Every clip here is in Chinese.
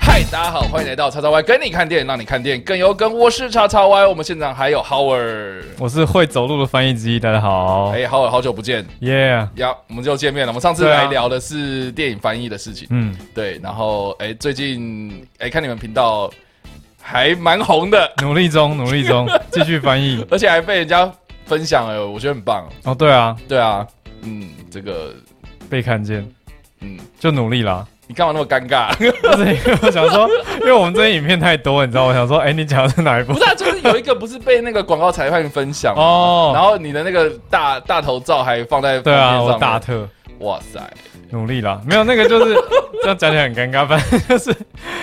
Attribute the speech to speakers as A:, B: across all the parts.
A: 嗨，大家好，欢迎来到叉叉 Y 跟你看电影，让你看电影更有梗。我是叉叉 Y，我们现场还有 Howard。
B: 我是会走路的翻译机，大家好
A: 哎、，h o w a r d 好久不见
B: 耶，
A: 呀我们就见面了。我们上次
B: 对啊
A: 来聊的是电影翻译的事情，
B: 嗯，
A: 对。然后，哎、最近哎、看你们频道还蛮红的，
B: 努力中，努力 中，继续翻译。
A: 而且还被人家分享了，我觉得很棒。
B: 哦，对啊，
A: 对啊，嗯，这个，
B: 被看见
A: 嗯，
B: 就努力啦。
A: 你干嘛那么尴尬？
B: 不是因为我想说，因为我们这些影片太多，你知道，我想说，哎、你讲的是哪一部
A: 不？是、啊，就是有一个不是被那个广告裁判分享吗
B: 哦，
A: 然后你的那个大大头照还放在
B: 对
A: 房
B: 啊，
A: 间
B: 我
A: 上面
B: 大特
A: 哇塞，
B: 努力啦，没有那个就是 这样讲起来很尴尬，反正就是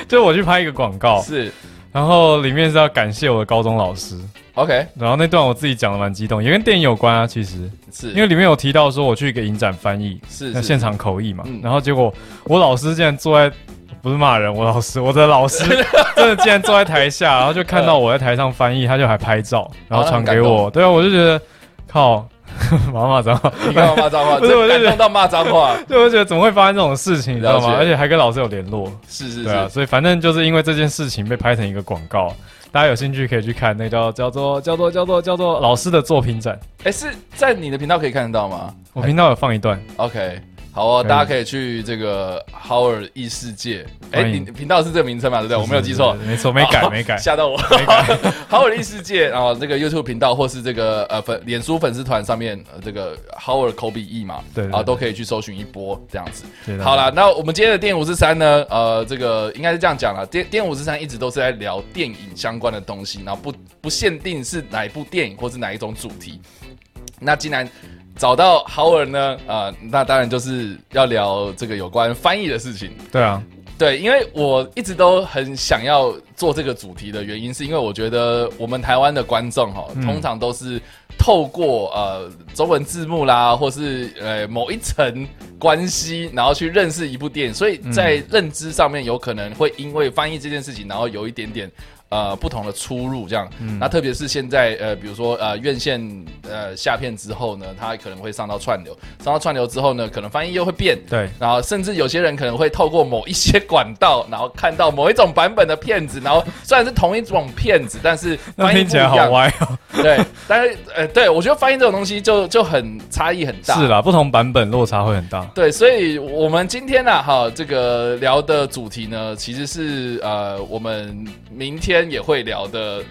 B: 就是我去拍一个广告，
A: 是
B: 然后里面是要感谢我的高中老师，
A: OK
B: 然后那段我自己讲的蛮激动，也跟电影有关啊，其实
A: 是，
B: 因为里面有提到说我去一个影展翻译，
A: 是
B: 那
A: 是
B: 现场口译嘛，
A: 嗯
B: 然后结果我老师竟然坐在，不是骂人，我老师，我的 老师真的竟然坐在台下，然后就看到我在台上翻译，他就还拍照，然后传给我，对啊，我就觉得靠， 妈妈长，
A: 你干嘛骂脏话？
B: 不是
A: 真
B: 我就
A: 感
B: 觉
A: 动
B: 得
A: 到骂脏话，
B: 啊 就我觉得怎么会发生这种事情，你知道吗？
A: 了解
B: 而且还跟老师有联络，
A: 是是
B: 对啊，
A: 是，
B: 所以反正就是因为这件事情被拍成一个广告。大家有兴趣可以去看，那叫叫做叫做叫做叫做老师的作品展，
A: 哎，是在你的频道可以看得到吗
B: 我频道有放一段。
A: ？OK，好哦，
B: 可以
A: 大家可以去这个 Howard 异世界，哎，
B: 欢
A: 你
B: 迎
A: 你频道是这个名称嘛？对不对？哎我没有记错
B: 是，，没错，没改
A: 好
B: 没改。
A: 吓到我。Howard 异世界，然后这个 YouTube 频道或是这个呃粉脸书粉丝团上面，呃这个 Howard 口笔译嘛，
B: 对对
A: 然后
B: 对
A: 都可以去搜寻一波这样子。
B: 对
A: 好，啦，那我们今天的电影五十三呢？呃，这个应该是这样讲啦。电电影五十三一直都是在聊电影相关的东西，然后不不限定是哪一部电影或是哪一种主题。那既然找到豪尔呢，呃，那当然就是要聊这个有关翻译的事情。
B: 对啊，
A: 对，因为我一直都很想要做这个主题的原因，是因为我觉得我们台湾的观众哈，通常都是透过呃中文字幕啦，或是呃某一层关系，然后去认识一部电影，所以在认知上面有可能会因为翻译这件事情，然后有一点点。呃，不同的出入这样，那特别是现在呃，比如说呃，院线呃下片之后呢，它可能会上到串流，上到串流之后呢，可能翻译又会变，
B: 对，
A: 然后甚至有些人可能会透过某一些管道，然后看到某一种版本的片子，然后虽然是同一种片子，但是
B: 那
A: 翻译
B: 听
A: 不
B: 起
A: 一
B: 来好
A: 样。
B: 歪哦。
A: 对，但是呃，对我觉得翻译这种东西就就很差异很大。
B: 是啦，不同版本落差会很大。
A: 对，所以我们今天呢、啊哈，这个聊的主题呢，其实是呃，我们明天也会聊的《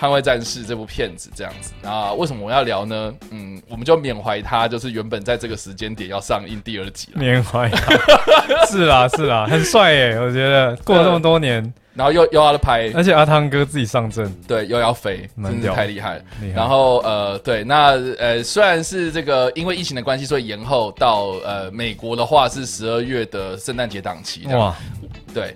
A: 捍卫战士》这部片子这样子。那为什么我们要聊呢？嗯，我们就缅怀它，就是原本在这个时间点要上映第二集了。
B: 缅怀 他，是啦是啦，很帅耶！我觉得过了这么多年，
A: 然后又又要拍，
B: 而且阿汤哥自己上阵，
A: 对，又要飞，
B: 蛮
A: 真是
B: 屌
A: 太厉害了。
B: 厉害
A: 然后呃，对，那呃，虽然是这个因为疫情的关系，所以延后到呃美国的话是十二月的圣诞节档期，哇，
B: 哇，
A: 对，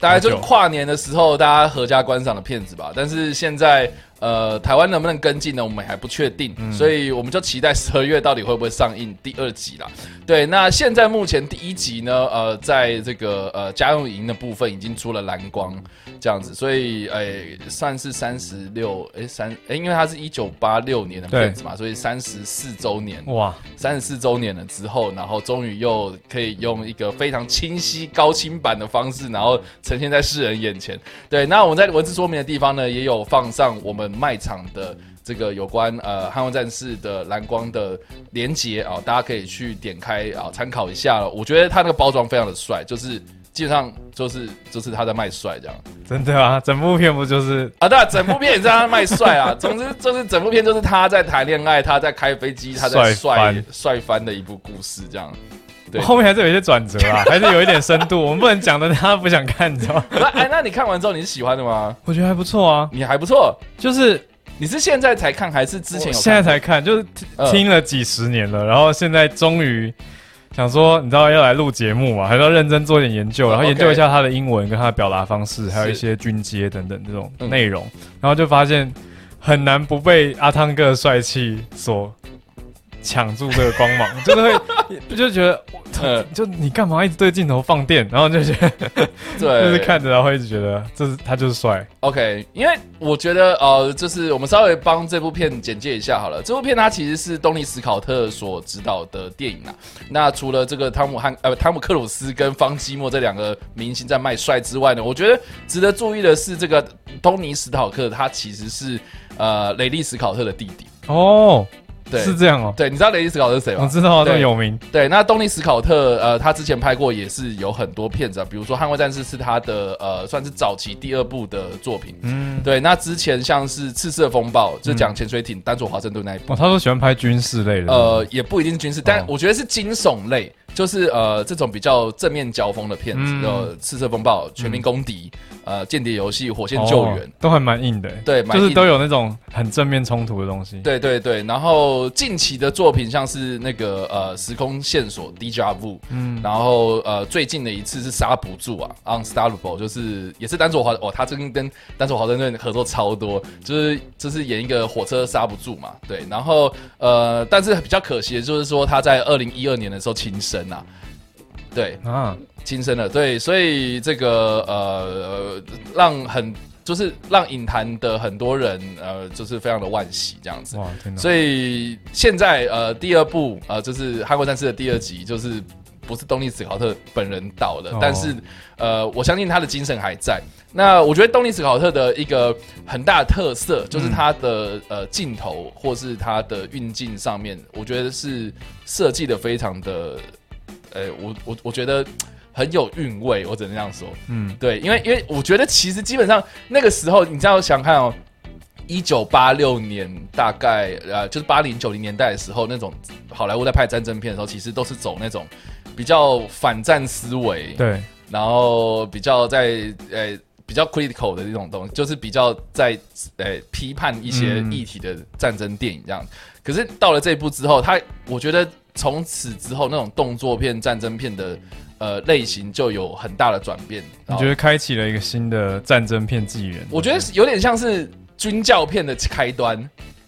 A: 大概就是
B: 好久
A: 跨年的时候大家合家观赏的片子吧。但是现在呃，台湾能不能跟进呢？我们还不确定，
B: 嗯
A: 所以我们就期待十二月到底会不会上映第二集啦。对，那现在目前第一集呢，呃，在这个呃家用营的部分已经出了蓝光这样子，所以诶、算是三十六诶三诶，因为它是一九八六年的片子嘛，所以三十四周年
B: 哇，
A: 三十四周年了之后，然后终于又可以用一个非常清晰高清版的方式，然后呈现在世人眼前。对，那我们在文字说明的地方呢，也有放上我们卖场的这个有关呃《捍卫战士》的蓝光的连接啊、大家可以去点开啊、参考一下了。我觉得它那个包装非常的帅，就是基本上就是就是他在卖帅这样。
B: 真的啊，整部片不就是
A: 啊，对啊，整部片也是他卖帅啊。总之就是整部片就是他在谈恋爱，他在开飞机，他在
B: 帅
A: 帅
B: 翻
A: 帅翻的一部故事这样。对
B: 后面还是有一些转折 啊，还是有一点深度，我们不能讲的大家不想看，你知道吗？
A: 那哎，那你看完之后你是喜欢的吗？
B: 我觉得还不错啊，
A: 你还不错。
B: 就是
A: 你是现在才看还是之前有看？
B: 现在才看，就是听
A: 嗯
B: 听了几十年了，然后现在终于。想说，你知道要来录节目嘛，还是要认真做点研究，
A: 嗯
B: 然后
A: OK
B: 研究一下他的英文跟他的表达方式，还有
A: 是
B: 一些军阶等等这种
A: 嗯
B: 内容，然后就发现很难不被阿汤 哥的帅气所抢住这个光芒，就是会就觉得操
A: 嗯，
B: 就你干嘛一直对镜头放电？然后就觉得
A: 对，
B: 就是看着，然后一直觉得这是他就是帅，
A: OK，因为我觉得呃，就是我们稍微帮这部片简介一下好了。这部片它其实是东尼史考特所执导的电影啊。那除了这个汤姆汉呃汤姆克鲁斯跟方基莫这两个明星在卖帅之外呢，我觉得值得注意的是，这个东尼史考特他其实是呃雷利史考特的弟弟。
B: 哦，
A: 对，
B: 是这样哦，
A: 对，你知道雷利史考特是谁吗？
B: 我知道啊
A: 对
B: 这么有名，
A: 对，那东尼史考特，呃，他之前拍过也是有很多片子啊，比如说《捍卫战士》是他的呃，算是早期第二部的作品。
B: 嗯，
A: 对，那之前像是《赤色风暴》，就是讲潜水艇、丹佐华盛顿那一部，
B: 哦，他说喜欢拍军事类的，
A: 呃，也不一定是军事，但
B: 哦
A: 我觉得是惊悚类，就是呃这种比较正面交锋的片子，
B: 嗯
A: 呃，《赤色风暴》《全民公敌》呃，《间谍游戏》《火线救援》
B: 哦都还蛮硬的，
A: 对，蛮
B: 就是
A: 硬
B: 都有那种很正面冲突的东西，，
A: 对对对，然后近期的作品像是那个呃《时空线索》《Deja Vu》，嗯，然后呃最近的一次是《刹不住》啊，《Unstoppable》，就是也是丹佐华哦，他最近跟丹佐华盛顿合作超多，就是就是演一个火车刹不住嘛，对，然后呃，但是比较可惜的就是说他在二零一二年的时候轻生啊，对，
B: 啊，
A: 轻生了，对，所以这个呃，让很就是让影坛的很多人呃，就是非常的惋惜这样子。
B: 哇，天哪，
A: 所以现在呃，第二部呃，就是《韩国战士》的第二集，就是不是东尼史考特本人导的，
B: 哦
A: 但是呃，我相信他的精神还在。那我觉得东尼史考特的一个很大的特色，就是他的、呃镜头或是他的运镜上面，我觉得是设计的非常的，呃，我我我觉得很有韵味，我只能这样说。
B: 嗯，
A: 对，因为因为我觉得其实基本上那个时候，你知道想看哦，一九八六年大概呃就是八零九零年代的时候，那种好莱坞在拍战争片的时候，其实都是走那种比较反战思维，
B: 对，
A: 然后比较在呃比较 critical 的这种东西，就是比较在呃批判一些
B: 嗯
A: 议题的战争电影这样。可是到了这一步之后，他我觉得从此之后那种动作片、战争片的呃类型就有很大的转变。
B: 你
A: 然后
B: 觉得开启了一个新的战争片纪元？
A: 我觉得是有点像是军教片的开端。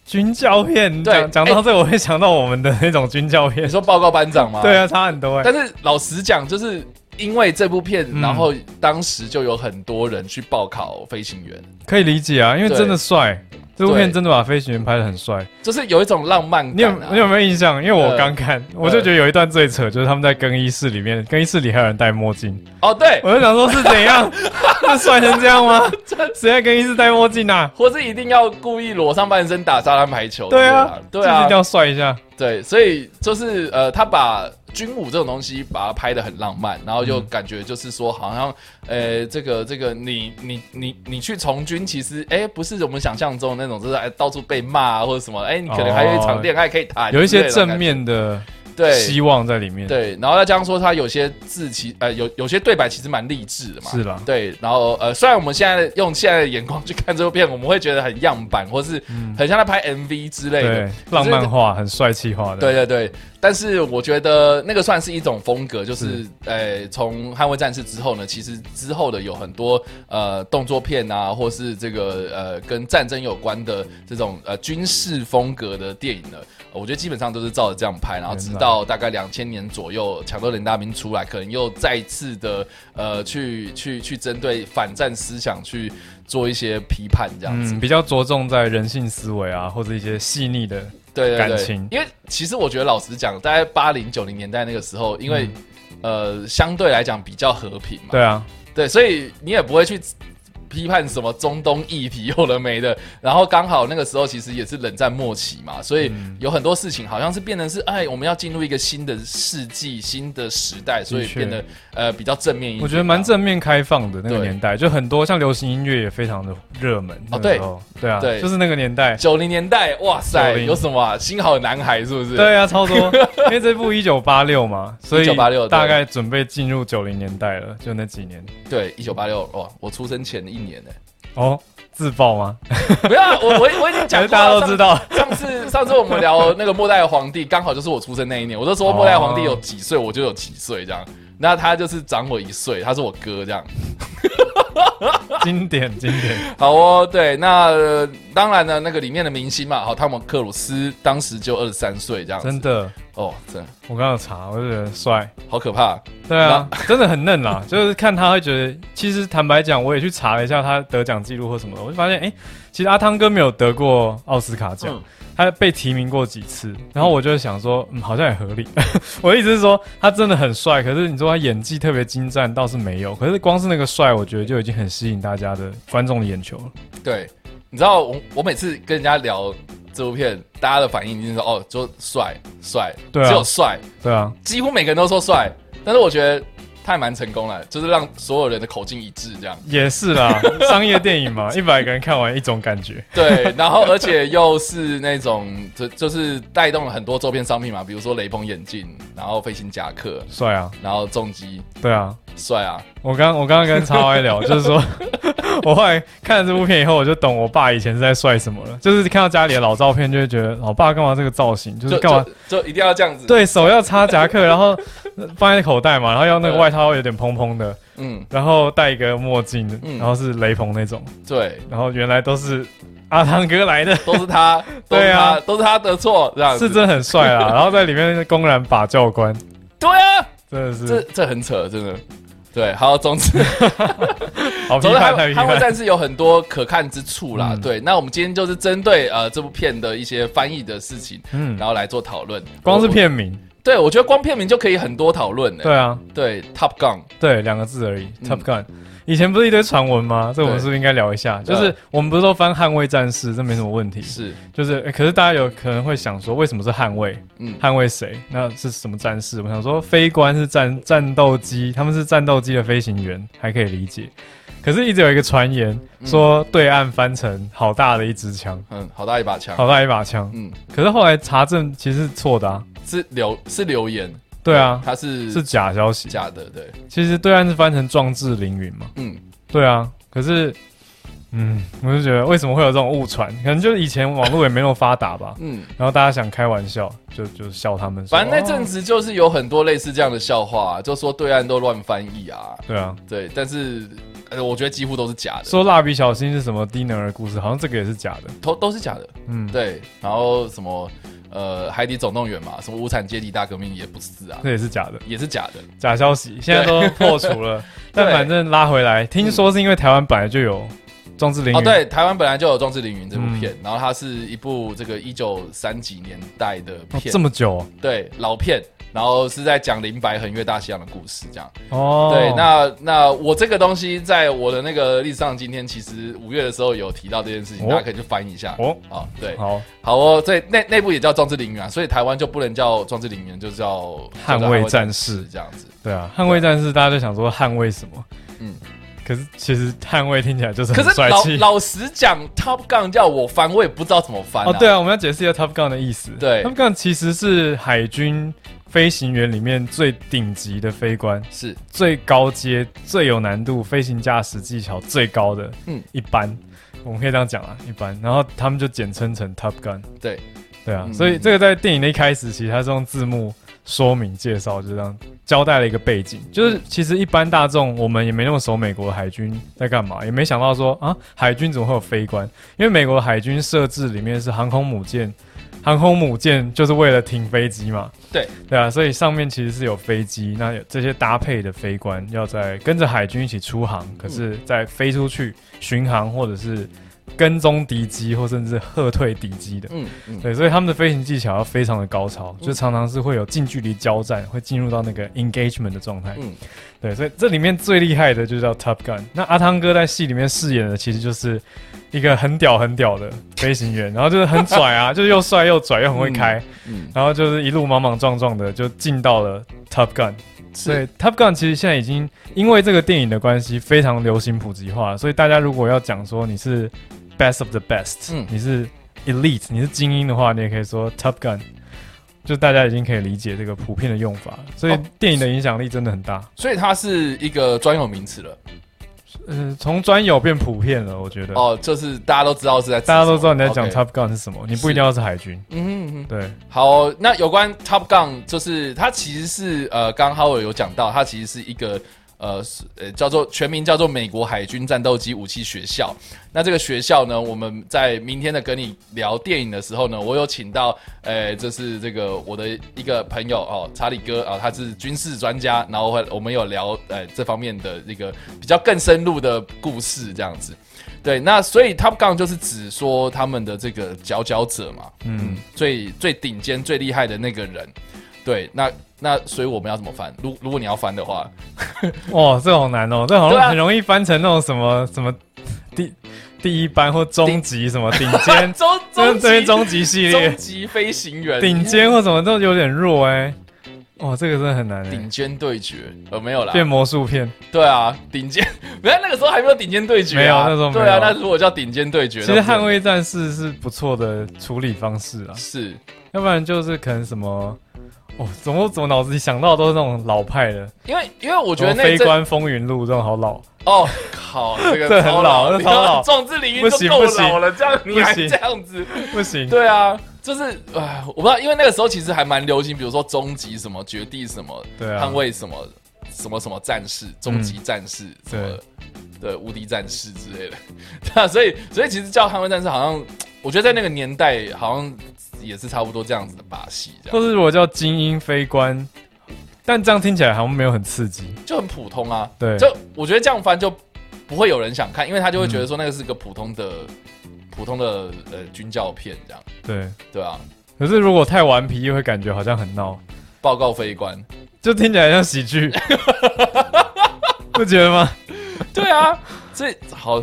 B: 军教片，
A: 对哎
B: 讲讲到这，我会想到我们的那种军教
A: 你
B: 片，
A: 说报告班长吗？
B: 对。啊，差很多哎
A: 但，是老实讲，就是因为这部片，
B: 嗯
A: 然后当时就有很多人去报考飞行员，
B: 可以理解啊，因为
A: 对
B: 真的帅，这部片
A: 对
B: 真的把飞行员拍的很帅。
A: 就是有一种浪漫
B: 你有
A: 感、啊。
B: 你有没有印象？因为我
A: 呃
B: 刚看，我就觉得有一段最扯，就是他们在更衣室里面，更衣室里还有人戴墨镜，
A: 哦，对，
B: 我就想说是 怎样，是帅成这样吗？谁在更衣室戴墨镜啊？
A: 或是一定要故意裸上半身打沙滩排球。
B: 对啊，
A: 对
B: 就是一
A: 啊，
B: 定要帅一下。
A: 对，所以就是呃，他把军武这种东西把它拍的很浪漫，然后就
B: 嗯
A: 感觉就是说，好像呃，这个这个你你你你去从军，其实哎、不是我们想象中的那种，就是哎到处被骂啊或者什么，哎、你可能还有一场恋爱可以谈之类的感觉，
B: 有一些正面的
A: 啊对。
B: 希望在里面。
A: 对，然后再加上说，他有些字其呃有有些对白其实蛮励志的嘛，
B: 是啦
A: 对，然后呃，虽然我们现在用现在的眼光去看这部片，我们会觉得很样板，或是很像在拍 MV 之类的，
B: 嗯对，浪漫化，很帅气化的。
A: 哦对对对，但是我觉得那个算是一种风格，就是呃，从《捍卫战士》之后呢，其实之后的有很多呃动作片啊，或是这个呃跟战争有关的这种呃军事风格的电影呢，我觉得基本上都是照着这样拍，然后直到大概两千年左右，《抢夺人大兵》出来，可能又再次的呃去去去针对反战思想去做一些批判这样子。
B: 嗯，比较着重在人性思维啊，或者一些细腻的，
A: 对对对
B: 感情
A: 因为其实我觉得老实讲，大概八零九零年代那个时候，因为、呃相对来讲比较和平嘛，
B: 嗯对啊，
A: 对所以你也不会去。批判什么中东议题有的没的，然后刚好那个时候其实也是冷战末期嘛，所以
B: 嗯
A: 有很多事情好像是变成是哎，我们要进入一个新的世纪、新的时代，所以
B: 的确
A: 变得呃比较正面一点啊。
B: 我觉得蛮正面开放的那个
A: 对哦
B: 年代，就很多像流行音乐也非常的热门。那个时候，对啊，
A: 对
B: 就是那个年代。
A: 九零年代，哇塞，
B: 90
A: 有什么、啊、新好男孩是不是？
B: 对啊，超多， 因为这部一九八六嘛，所以
A: 1986对
B: 大概准备进入九零年代了，就那几年。
A: 对，一九八六哇，我出生前一年呢、
B: 哦，自爆吗？
A: 不要，我我我已经
B: 还
A: 讲
B: 是
A: 过
B: 大
A: 了
B: 家都
A: 上
B: 知道？
A: 上次上次我们聊那个末代皇帝，刚好就是我出生那一年，我就
B: 哦
A: 说末代皇帝有几岁，我就有几岁这样。那他就是长我一岁，他是我哥这样。
B: 经典经典，
A: 好哦，对，那、呃当然呢，那个里面的明星嘛，好，汤姆克鲁斯当时就二十三岁这样子，
B: 真的，
A: 哦，真的
B: 我刚刚有查，我就觉得帅。
A: 好可怕，
B: 对啊，真的很嫩啦， 就是看他会觉得，其实坦白讲，我也去查了一下他得奖记录或什么的，我就发现，哎、其实阿汤哥没有得过奥斯卡奖，
A: 嗯
B: 他被提名过几次，然后我就想说，嗯，好像也合理。 我的意思是说，他真的很帅，可是你说他演技特别精湛倒是没有，可是光是那个帅，我觉得就已经很吸引大家的观众的眼球了。
A: 对，你知道我我每次跟人家聊这部片，大家的反应就是说哦，就帅帅，
B: 对啊
A: 只有帅，
B: 对啊，
A: 几乎每个人都说帅，但是我觉得他还蛮成功了，就是让所有人的口径一致这样。
B: 也是 啦，商业电影嘛，一百个人看完一种感觉。
A: 对，然后而且又是那种就就是带动了很多周边商品嘛，比如说雷朋眼镜，然后飞行夹克，
B: 帅啊，
A: 然后重击，
B: 对啊，
A: 帅啊，
B: 我刚我刚刚跟叉 Y 聊， 就是说，我后来看了这部片以后，我就懂我爸以前是在帅什么了。就是看到家里的老照片，就会觉得老爸干嘛这个造型，就是
A: 就
B: 干嘛
A: 就就一定要这样子。，
B: 对手要插 夹克，然后呃放在口袋嘛，然后要那个
A: 对
B: 外套有点蓬蓬的，
A: 嗯，
B: 然后戴一个墨镜，
A: 嗯
B: 然后是雷朋那种，
A: 对，
B: 然后原来都是阿汤哥来的，
A: 都是他，都是
B: 对啊
A: 他，都是他的错，这样子
B: 是真的很帅 啦。然后在里面公然把教官，
A: 对啊，
B: 真的
A: 这
B: 是
A: 这很扯，真的。对，好，总之，
B: 好批
A: 总之
B: 判，
A: 捍
B: 太批
A: 卫捍卫
B: 判。
A: 战士有很多可看之处啦。
B: 嗯
A: 对，那我们今天就是针对呃这部片的一些翻译的事情，
B: 嗯，
A: 然后来做讨论。
B: 光是
A: 我，
B: 片名，
A: 对我觉得光片名就可以很多讨论了。
B: 对啊，
A: 对，Top Gun，
B: 对，两个字而已。
A: 嗯
B: Top Gun，、以前不是一堆传闻吗？这我们
A: 对
B: 是不是应该聊一下？
A: 对
B: 就
A: 啊
B: 是我们不是都翻《捍卫战士》，这没什么问题。
A: 是，
B: 就是、诶可是大家有可能会想说，为什么是捍卫？
A: 嗯，
B: 捍卫谁？那是什么战士？我想说，飞官是战战斗机，他们是战斗机的飞行员，还可以理解。可是，一直有一个传言
A: 嗯
B: 说，对岸翻成好大的一支枪，
A: 嗯，好大一把枪，
B: 好大一把枪。
A: 嗯，
B: 可是后来查证其实是错的啊，
A: 是留是留言，
B: 对啊，
A: 它是
B: 是假消息。
A: 嗯假的，对，
B: 其实对岸是翻成壮志凌云嘛。
A: 嗯，，
B: 对啊，可是，嗯，我就觉得为什么会有这种误传？可能就是以前网络也没那么发达吧
A: 嗯，
B: 然后大家想开玩笑，就就笑他们说。
A: 反正那阵
B: 哦
A: 子就是有很多类似这样的笑话、啊就说对岸都乱翻译啊，
B: 对啊，
A: 对，但是呃，我觉得几乎都是假的，
B: 说蜡笔小新是什么低能儿故事，好像这个也是假的。
A: 都都是假的，
B: 嗯，
A: 对，然后什么呃海底总动员嘛，什么无产阶级大革命也不是啊，
B: 这也是假的，
A: 也是假的，
B: 假消息，现在都破 除了。但反正拉回来，听说是因为台湾本来就有壮志凌
A: 哦，
B: 云，
A: 对，台湾本来就有《壮志凌云》这部片，
B: 嗯
A: 然后它是一部这个一九三几年代的
B: 哦
A: 片，
B: 这么久哦
A: 对老片，然后是在讲林白横越大西洋的故事，这样。
B: 哦。
A: 对，那那我这个东西在我的那个历史上，今天其实五月的时候有提到这件事情，
B: 哦
A: 大家可以去翻一下。
B: 哦
A: 好，对，
B: 好，
A: 好哦，所以内内部也叫《壮志凌云》啊，所以台湾就不能叫《壮志凌云》，就叫
B: 捍
A: 就叫
B: 卫战士
A: 这样子。
B: 对啊，捍卫战士，大家就想说捍卫什么？
A: 嗯
B: 嗯，可是其实捍卫听起来就是
A: 可
B: 很
A: 是
B: 帅
A: 老
B: 气。
A: 老实讲，Top Gun 叫我翻，我也不知道怎么翻、啊。
B: 哦，对啊，我们要解释一下 Top Gun 的意思。
A: 对
B: ，Top Gun 其实是海军飞行员里面最顶级的飞官，
A: 是
B: 最高阶、最有难度、飞行驾驶技巧最高的，
A: 嗯
B: 嗯，一般，我们可以这样讲啊，一般。然后他们就简称成 Top Gun。
A: 对，
B: 对啊，
A: 嗯
B: 所以这个在电影的一开始，其实它是用字幕说明介绍，就这样交代了一个背景。就是其实一般大众我们也没那么熟美国海军在干嘛，也没想到说啊，海军怎么会有飞官？因为美国海军设置里面是航空母舰，航空母舰就是为了停飞机嘛。
A: 对
B: 对啊，所以上面其实是有飞机，那有这些搭配的飞官要在跟着海军一起出
A: 嗯
B: 航，可是在飞出去巡航或者是跟踪敌机，或甚至喝退敌机的。
A: 嗯嗯，
B: 对，所以他们的飞行技巧要非常的高超，
A: 嗯
B: 就常常是会有近距离交战，会进入到那个 engagement 的状态。
A: 嗯
B: 对，所以这里面最厉害的就叫 Top Gun。那阿汤哥在戏里面饰演的其实就是一个很屌很屌的飞行员，然后就是很 拽啊，就是又帅又拽又很会开，
A: 嗯，
B: 然后就是一路莽莽撞撞的就进到了 Top Gun。所以 Top Gun 其实现在已经因为这个电影的关系非常流行普及化，所以大家如果要讲说你是 best of the best，、
A: 嗯
B: 你是 elite，你是精英的话，你也可以说 Top Gun，就大家已经可以理解这个普遍的用法，所以
A: 哦
B: 电影的影响力真的很大。
A: 所以它是一个专有名词了。
B: 呃，从专有变普遍了，我觉得、哦
A: 哦，就是大家都知道是在指什
B: 大
A: 么，
B: 家都知道你在讲
A: OK
B: Top Gun 是什么，你不一定要是海军，
A: 嗯嗯嗯，
B: 对，
A: 好，那有关 Top Gun，就是它其实是呃，刚刚 Howard 有讲到，它其实是一个呃是呃叫做全名叫做美国海军战斗机武器学校。那这个学校呢，我们在明天的跟你聊电影的时候呢，我有请到呃这是这个我的一个朋友哦，查理哥啊、他是军事专家，然后会我们有聊呃这方面的这个比较更深入的故事这样子。对，那所以 Top Gun 就是指说他们的这个佼佼者嘛，嗯，最最顶尖、最厉害的那个人。对，那那所以我们要怎么翻？如如果你要翻的话，
B: 哇，这好难哦，这好
A: 对啊，
B: 像很容易翻成那种什么什么第第一班或中级什么顶 尖
A: 终
B: 这
A: 终极
B: 这是嗯终极系
A: 终
B: 列
A: 极飞行员
B: 顶尖或什么都有点弱哎。哦，这个真的很难哎
A: 顶，尖对决，呃，没有啦，
B: 变魔术片。
A: 对啊，顶尖， 没有那个时候还没有顶尖对决、啊，
B: 没有那时候没有
A: 对啊，那如果叫顶尖对决，
B: 其实
A: 那不是
B: 捍卫战士是不错的处理方式啊，
A: 是
B: 要不然就是可能什么。哦，怎么怎么脑子里想到都是那种老派的，
A: 因为因为我觉得
B: 什么
A: 那
B: 非
A: 阵
B: 官风云录这种好老，
A: 哦靠，这个
B: 这很
A: 超
B: 老
A: 你
B: 这超老
A: 壮志凌云
B: 不
A: 都
B: 行
A: 够
B: 不行
A: 老了，这样你
B: 不
A: 还
B: 行
A: 这样子，
B: 不行。
A: 对啊，就是啊，我不知道，因为那个时候其实还蛮流行，比如说终极什么、绝地什么、
B: 对啊
A: 捍卫什么、什么什么战士、终极战士、
B: 嗯
A: 什么对无敌战士之类的。 对啊，所以所以其实叫捍卫战士，好像我觉得在那个年代好像也是差不多这样子的把戏，这
B: 或
A: 样
B: 是如果叫精英非官，但这样听起来好像没有很刺激。
A: 就很普通啊。
B: 嗯对，
A: 就我觉得这样翻就不会有人想看，因为他就会觉得说那个是个普通的、普通的呃军教片这样，
B: 对。
A: 对啊，
B: 可是如果太顽皮，又会感觉好像很闹，
A: 报告飞官。
B: 就听起来像喜剧，不觉得吗？
A: 对啊，这好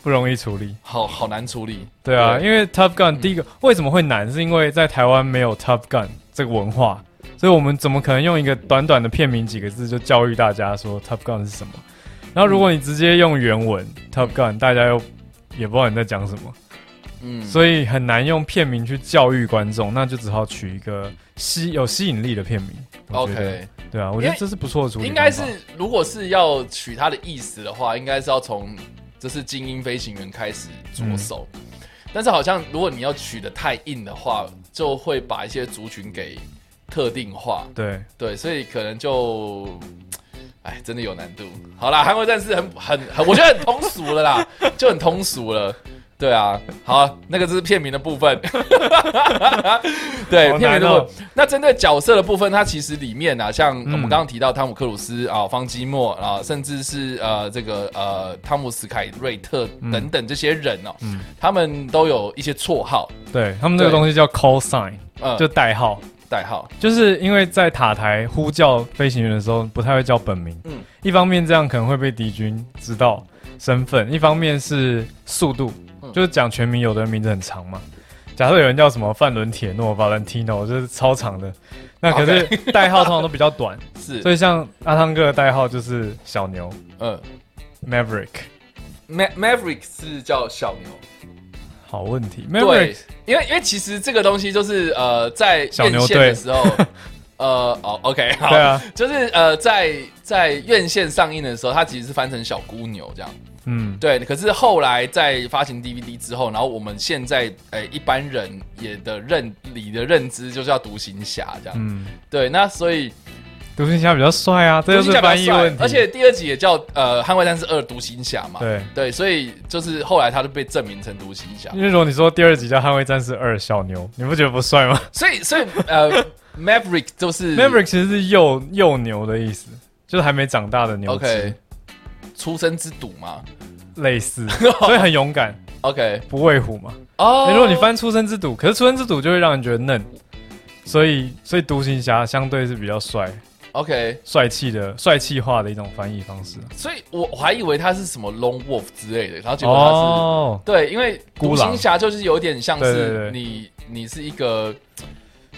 B: 不容易处理。
A: 好好难处理。
B: 对啊，
A: 对
B: 因为 Top Gun 第一个为什么会难，是因为在台湾没有 Top Gun 这个文化，所以我们怎么可能用一个短短的片名几个字就教育大家说 Top Gun 是什么？然后如果你直接用原文 Top Gun，大家又也不知道你在讲什么。
A: 嗯，
B: 所以很难用片名去教育观众，那就只好取一个吸有吸引力的片名。我觉得
A: OK，
B: 对啊，我觉得这是不错的处理
A: 应
B: 方法。
A: 该是如果是要取它的意思的话，应该是要从这是精英飞行员开始着手。
B: 嗯
A: 但是好像如果你要取的太硬的话，就会把一些族群给特定化。
B: 对，
A: 对，所以可能就，哎，真的有难度。好啦，韩国战士很很很，我觉得很通俗了啦， 就很通俗了。对啊，好，那个就是片名的部分。 对，片
B: 好
A: 名
B: 难
A: 的部分
B: 哦。
A: 那针对角色的部分，它其实里面啊，像
B: 嗯
A: 我们刚刚提到汤姆克鲁斯啊、方基莫啊，甚至是呃这个呃汤姆斯凯瑞特等等这些人哦，
B: 嗯
A: 他们都有一些绰号
B: 对他们这个
A: 对
B: 东西叫 call sign，
A: 呃
B: 就代号，
A: 代号。
B: 就是因为在塔台呼叫飞行员的时候不太会叫本名，
A: 嗯
B: 一方面这样可能会被敌军知道身份，一方面是速度，
A: 嗯
B: 就是讲全名，有的人名字很长嘛。假设有人叫什么范伦铁诺、Valentino，就是超长的，那可是 代号通常都比 较短，
A: 是，
B: 所以像阿汤哥的代号就是小牛
A: 嗯
B: Maverick。
A: ，Ma Maverick 是叫小牛，
B: 好问题
A: 对
B: ，Maverick，
A: 因为因为其实这个东西就是呃，在
B: 小
A: 院
B: 牛
A: 线
B: 队
A: 的时 候，呃，哦，OK，好，
B: 对啊，
A: 就是呃，在在院线上映的时候，它其实是翻成小姑牛这样，
B: 嗯，
A: 对。可是后来在发行 DVD 之后，然后我们现在呃一般人也的认里的认知就是要独行侠这样，
B: 嗯，
A: 对。那所以
B: 独行侠比较帅啊，这就
A: 独行
B: 是
A: 侠比较
B: 翻译
A: 帅
B: 问题，
A: 而且第二集也叫呃《捍卫战士二：独行侠》嘛，
B: 对，
A: 对，所以就是后来他就被证明成独行侠。
B: 因为如果你说第二集叫《捍卫战士二》小牛，你不觉得不帅吗
A: 所以所以 呃，Maverick 就是
B: ？Maverick 其实是幼幼牛的意思，就是还没长大的牛只
A: OK，出生之犊嘛。
B: 类 似，所以很勇敢，
A: OK，
B: 不畏虎嘛。
A: 哦、
B: 欸如果你翻出生之赌，可是出生之赌就会让人觉得嫩，所以所以独行侠相对是比较帅、
A: OK，
B: 帅气的、帅气化的一种翻译方式。
A: 所以我我还以为他是什么 Lone Wolf 之类的，然后结果他是、，对，因为独
B: 哦孤狼
A: 行侠就是有点像
B: 对
A: 是
B: 对对
A: 你你是一个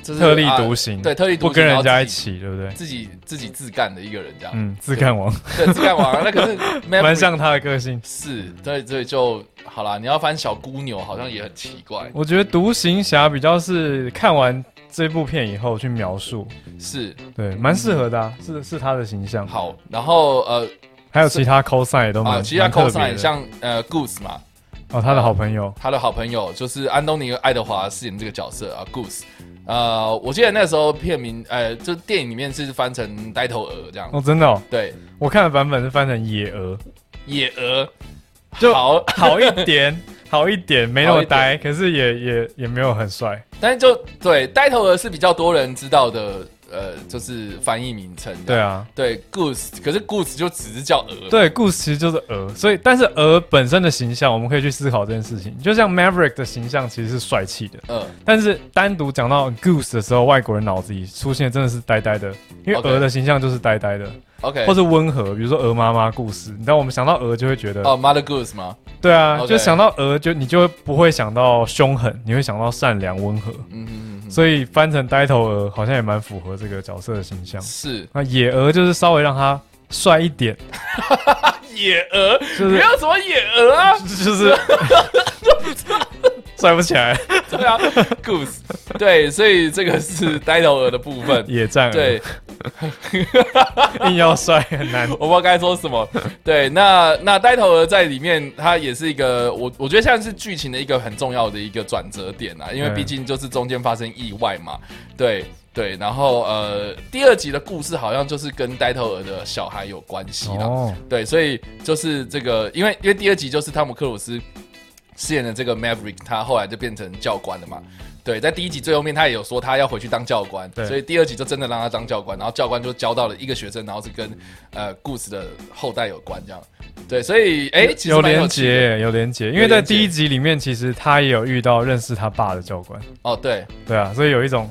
A: 就是
B: 特立独
A: 啊
B: 行，
A: 对特立独行
B: 不跟人
A: 然后
B: 家
A: 自
B: 一
A: 己啊
B: 起，对不对？
A: 自己自己自干的一个人这样，
B: 嗯，自干王，
A: 对自干王，那可 是
B: 蛮
A: Maverick
B: 像他的个性。
A: 是，对所以就好啦。你要翻小姑牛好像也很奇怪，
B: 我觉得独行侠比较是看完这部片以后去描述，
A: 是
B: 对，蛮适合的、啊，是是他的形象。，
A: 好，然后呃
B: 还有其他 cosine 也都蛮、
A: 啊，其他
B: 蛮特
A: cos
B: 别的
A: 像呃 Goose 嘛，
B: 哦，他的好朋友，
A: 他的好朋友就是安东尼·爱德华饰演这个角色啊，Goose。呃，我记得那时候片名，呃，就电影里面是翻成呆头鹅这样。
B: 哦，真的哦，
A: 对，
B: 我看的版本是翻成野 鹅，
A: 野鹅
B: 就
A: 好，
B: 好一点，好一点，没那
A: 好
B: 么
A: 一点
B: 呆，可是也也也没有很帅。
A: 但是就对呆头鹅是比较多人知道的，呃，就是翻译名称。
B: 对，啊，
A: 对，Goose，可是 Goose 就只是叫鹅。
B: 对，故事其实就是鹅，所以但是鹅本身的形象，我们可以去思考这件事情。就像 Maverick 的形象其实是帅气的，
A: 嗯，
B: 但是单独讲到 Goose 的时候，外国人脑子里出现真的是呆呆的，因为
A: OK
B: 鹅的形象就是呆呆的
A: OK，
B: 或是温和，比如说鹅妈妈故事。你知道我们想到鹅就会觉得，
A: 哦，Mother Goose 吗？
B: 对啊
A: OK
B: 就想到鹅就你就不会想到凶狠，你会想到善良温和。
A: 嗯嗯嗯，
B: 所以翻成呆头鹅好像也蛮符合这个角色的形象。
A: 是
B: 那野鹅就是稍微让他帅 一点，
A: 野鹅，
B: 就
A: 没
B: 是
A: 有什么野鹅啊。
B: 就是 帅不起来，
A: 对啊，Goose，对，所以这个是呆头鹅的部分。
B: 野战鹅
A: 对，
B: 硬要帅很难。
A: 我不知道该说什么。对，那那呆头鹅在里面，它也是一个我我觉得像是剧情的一个很重要的一个转折点啊，因为
B: 嗯
A: 毕竟就是中间发生意外嘛。对对，然后呃，第二集的故事好像就是跟呆头鹅的小孩有关系啦。
B: 哦，
A: 对，所以就是这个，因为因为第二集就是汤姆克鲁斯饰演的这个 Maverick，他后来就变成教官了嘛。对，在第一集最后面，他也有说他要回去当教官，
B: 对
A: 所以第二集就真的让他当教官，然后教官就教到了一个学生，然后是跟呃故事的后代有关这样。对，所以哎、其实
B: 有
A: 蛮
B: 连
A: 趣的
B: 结，有连结，因为在第一集里面，其实他也有遇到认识他爸的教官，
A: 哦，对，
B: 对啊，所以有一种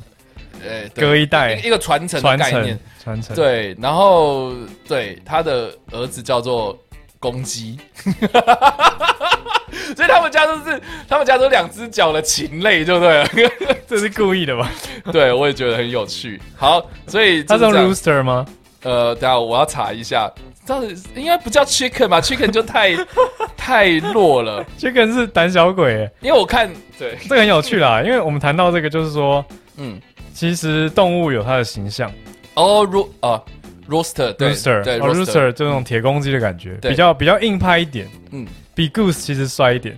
A: 呃，对
B: 隔一代
A: 一一个传承的
B: 传
A: 概念
B: 承，，传 承，
A: 对，然后对他的儿子叫做公鸡， 所以他们家都是他们家都两只脚的禽类，对不对？
B: 这是故意的吧？
A: 对，我也觉得很有趣。好，所以
B: 他
A: 就是是
B: 用
A: 这样。
B: rooster 吗？
A: 呃，等一下我要查一下，到底应该不叫 chicken 吧？chicken 就太 太弱了，
B: 这个人是胆小鬼耶，
A: 因为我看对，
B: 这个很有趣啦，因为我们谈到这个，就是说，
A: 嗯，
B: 其实动物有它的形象
A: 哦，ro 啊、roaster 对
B: rooster，
A: 对
B: 哦 rooster 就那种铁公鸡的感觉，
A: 对
B: 比较比较硬派一点，
A: 嗯
B: 比 goose 其实帅一点，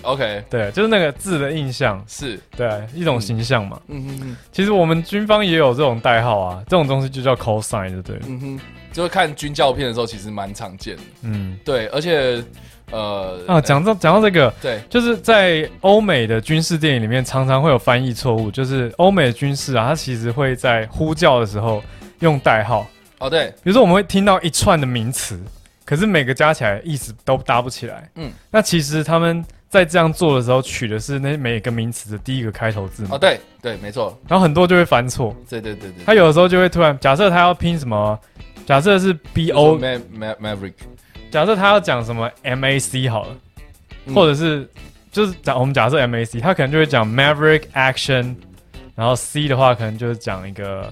A: ，OK
B: 对，就是那个字的印象，
A: 是，
B: 对，一种形象嘛。
A: 嗯哼哼
B: 其实我们军方也有这种代号啊，这种东西就叫 cosine，就对了，
A: 嗯哼，就是看军教片的时候其实蛮常见的。
B: 嗯。
A: 对，而且呃
B: 啊，讲到讲到这个，
A: 对
B: 就是在欧美的军事电影里面，常常会有翻译错误，就是欧美的军事啊，它其实会在呼叫的时候用代号，
A: 哦对
B: 比如说我们会听到一串的名词，可是每个加起来意思都搭不起来。
A: 嗯
B: 嗯，那其实他们在这样做的时候，取的是那每个名词的第一个开头字
A: 哦
B: 母，
A: 对对，没错，
B: 然后很多就会犯错。
A: 对对对对。
B: 他有的时候就会突然，假设他要拼什么，假设是 B
A: 有
B: O，
A: Ma Ma Maverick，
B: 假设他要讲什么 M A C 好了，或者是就是假我们假设 M A C，他可能就会讲 Maverick Action，然后 C 的话可能就是讲一个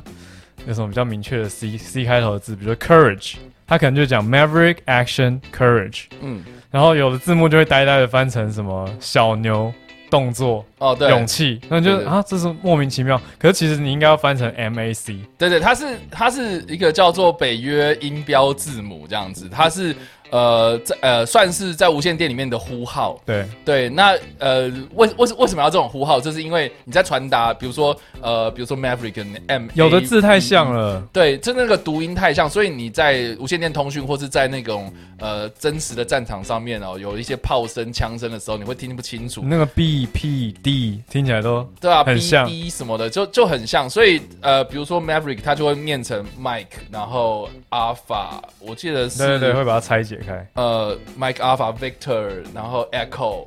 B: 有什么比较明确的 C C 开头的字，比如说 Courage，他可能就讲 Maverick Action Courage，
A: 嗯
B: 然后有的字幕就会呆呆的翻成什么小牛动作、
A: 哦对
B: 勇气，那你就
A: 对对
B: 啊这是莫名其妙，可是其实你应该要翻成 M A C，
A: 对对，它是它是一个叫做北约音标字母这样子，它是呃在呃算是在无线电里面的呼号。
B: 对，
A: 对，那呃为为为什么要这种呼号？就是因为你在传达，比如说呃比如说 Maverick 跟 M，
B: 有的字太像。了，
A: 对，就那个读音太像，所以你在无线电通讯或是在那种
B: 嗯
A: 呃真实的战场上面哦，有一些炮声、枪声的时候，你会听不清楚，
B: 那个 B P D 听起来都
A: 对啊
B: 嗯很像
A: ，B 什么的，就就很像。所以呃，比如说 Maverick，它就会念成 Mike，然后 Alpha，我记得是
B: 对对对，会把它拆解开。
A: 呃 Mike Alpha Victor，然后 Echo，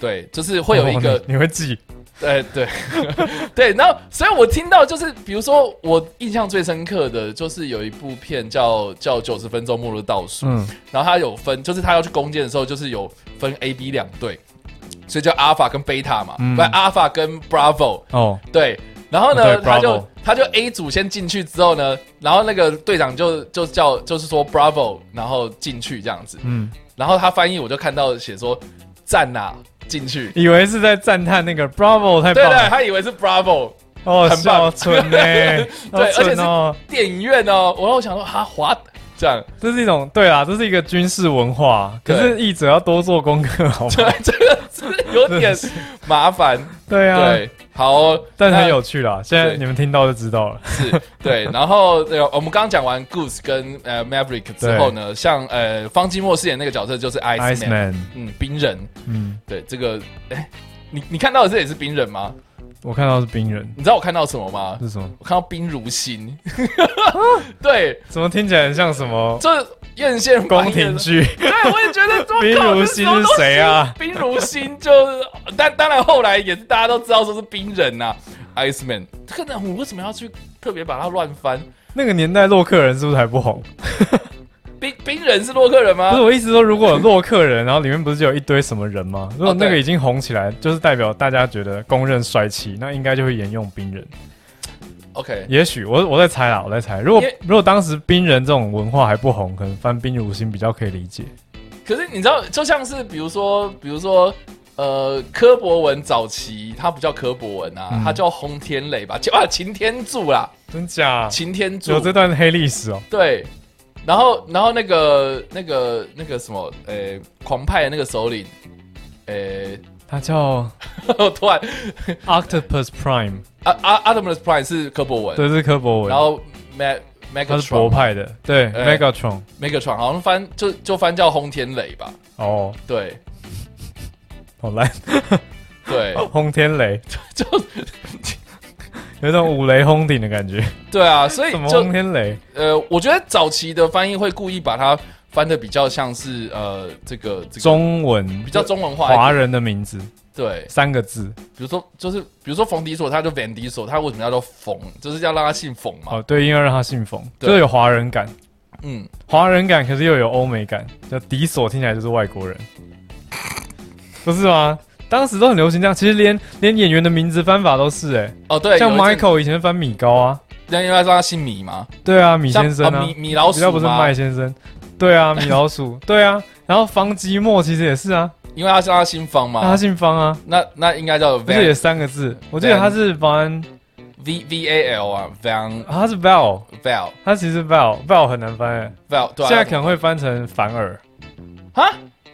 A: 对，就是会有一个
B: 哦你你会记
A: 对对对，然后所以我听到就是，比如说我印象最深刻的就是有一部片叫叫《九十分钟末日倒数》，
B: 嗯
A: 然后它有分，就是他要去攻坚的时候，就是有分 A、B 两队，所以叫阿尔法跟贝塔嘛，
B: 嗯
A: 不然阿尔法跟 Bravo
B: 哦，
A: 对。然后
B: 哦
A: 呢，
B: 对
A: 他就
B: Bravo
A: 他就 A 组先进去之后呢，然后那个队长就就叫就是说 Bravo，然后进去这样子。
B: 嗯，
A: 然后他翻译我就看到写说赞呐、进 去，
B: 以为是在赞叹那个 Bravo 太
A: 对
B: 棒
A: 对，
B: 了，
A: 他以为是 Bravo，
B: 哦，
A: 很棒
B: 孝纯呢，
A: 对
B: 孝
A: 而且
B: 纯
A: 是
B: 哦，
A: 电影院哦，我我想说哈华这样，
B: 这是一种对啦，这是一个军事文化。可是译者要多做功课，好吗？
A: 这这个是有点麻烦。
B: 对啊，
A: 对，好哦，
B: 但是很
A: 那
B: 有趣啦。现在
A: 对
B: 你们听到就知道了。
A: 是对，然后呃，我们刚刚讲完 Goose 跟呃 Maverick 之后呢，像呃方季莫饰演那个角色就是 Ice
B: Ice
A: Man，
B: Man，
A: 嗯，冰人，
B: 嗯，
A: 对，这个哎，你你看到的这也是冰人吗？
B: 我看到是冰人，
A: 你知道我看到什么吗？
B: 是什么？
A: 我看到冰如心，
B: 啊
A: 对，
B: 怎么听起来很像什么
A: 这啊艳羡
B: 宫廷剧？
A: 对，我也觉得我靠
B: 冰如心是谁啊？
A: 这什么东西冰如心就是，但当然后来也是大家都知道说是冰人呐、Ice Man。这个人我为什么要去特别把它乱翻？
B: 那个年代洛克人是不是还不红？
A: 冰冰人是洛克人
B: 不是
A: 吗？
B: 我意思说，如果有洛克人，然后里面不是就有一堆什么人吗？如果那个
A: 哦对
B: 已经红起来，就是代表大家觉得公认帅气，那应该就会沿用冰人。
A: OK，
B: 也许我我在猜啦，我在猜。如果
A: 因为
B: 如果当时冰人这种文化还不红，可能翻冰如心比较可以理解。
A: 可是你知道，就像是比如说，比如说。呃，柯博文早期他不叫柯博文啊，
B: 嗯
A: 他叫洪天磊吧？啊，擎天柱啦，
B: 真假？
A: 擎天柱
B: 有这段黑历史哦、
A: 对，然后然后那个那个那个什么，呃、狂派的那个首领，呃、
B: 他叫
A: 我突然
B: Octopus Prime，
A: 阿阿阿德姆斯 Prime 是柯博文，
B: 对，是科博文，
A: 然后 Meg
B: 他是博
A: Megatron
B: 派的，对、
A: 哎
B: Megatron。
A: Megatron 好像翻就就翻叫轰天雷吧？
B: 哦，
A: 对
B: 好烂，哦
A: 对
B: 轰天雷，
A: 哎就
B: 有一种五雷轰顶的感觉。
A: 对啊，所以
B: 什么
A: 就
B: 轰天雷？
A: 呃，我觉得早期的翻译会故意把它翻的比较像是呃这个这个
B: 中文
A: 比较中文化一点，
B: 华人的名字
A: 对，
B: 三个字。
A: 比如说就是比如说冯迪索，他就 Van 迪索，他为什么要叫冯？就是要让他姓冯嘛，
B: 哦，对，因为让他信奉，
A: 对
B: 就是有华人感，
A: 嗯，
B: 华人感，可是又有欧美感，叫迪索听起来就是外国人，
A: 嗯
B: 不是吗？当时都很流行这样，其实连连演员的名字翻法都是哎、
A: 哦对，
B: 像
A: 有一阵
B: Michael 以前翻米高啊，
A: 那应该让他姓米吗？
B: 对啊，米
A: 像
B: 先生
A: 哦
B: 啊
A: 米，米老
B: 比
A: 鼠
B: 较不是
A: 吗
B: 麦先生，对啊，米老鼠，对啊，然后方吉莫其实也是啊，
A: 因为他是他姓方
B: 那他
A: 嘛，
B: 姓方啊，
A: 那那应该叫
B: 而且
A: Van
B: 也三个字，我记得他是 Van，
A: V V A L 啊，Van
B: 啊他是 Val，
A: Val
B: 他其实 Val，Val 很难翻哎、
A: Val 对啊，
B: 现在可能会翻成反耳
A: 啊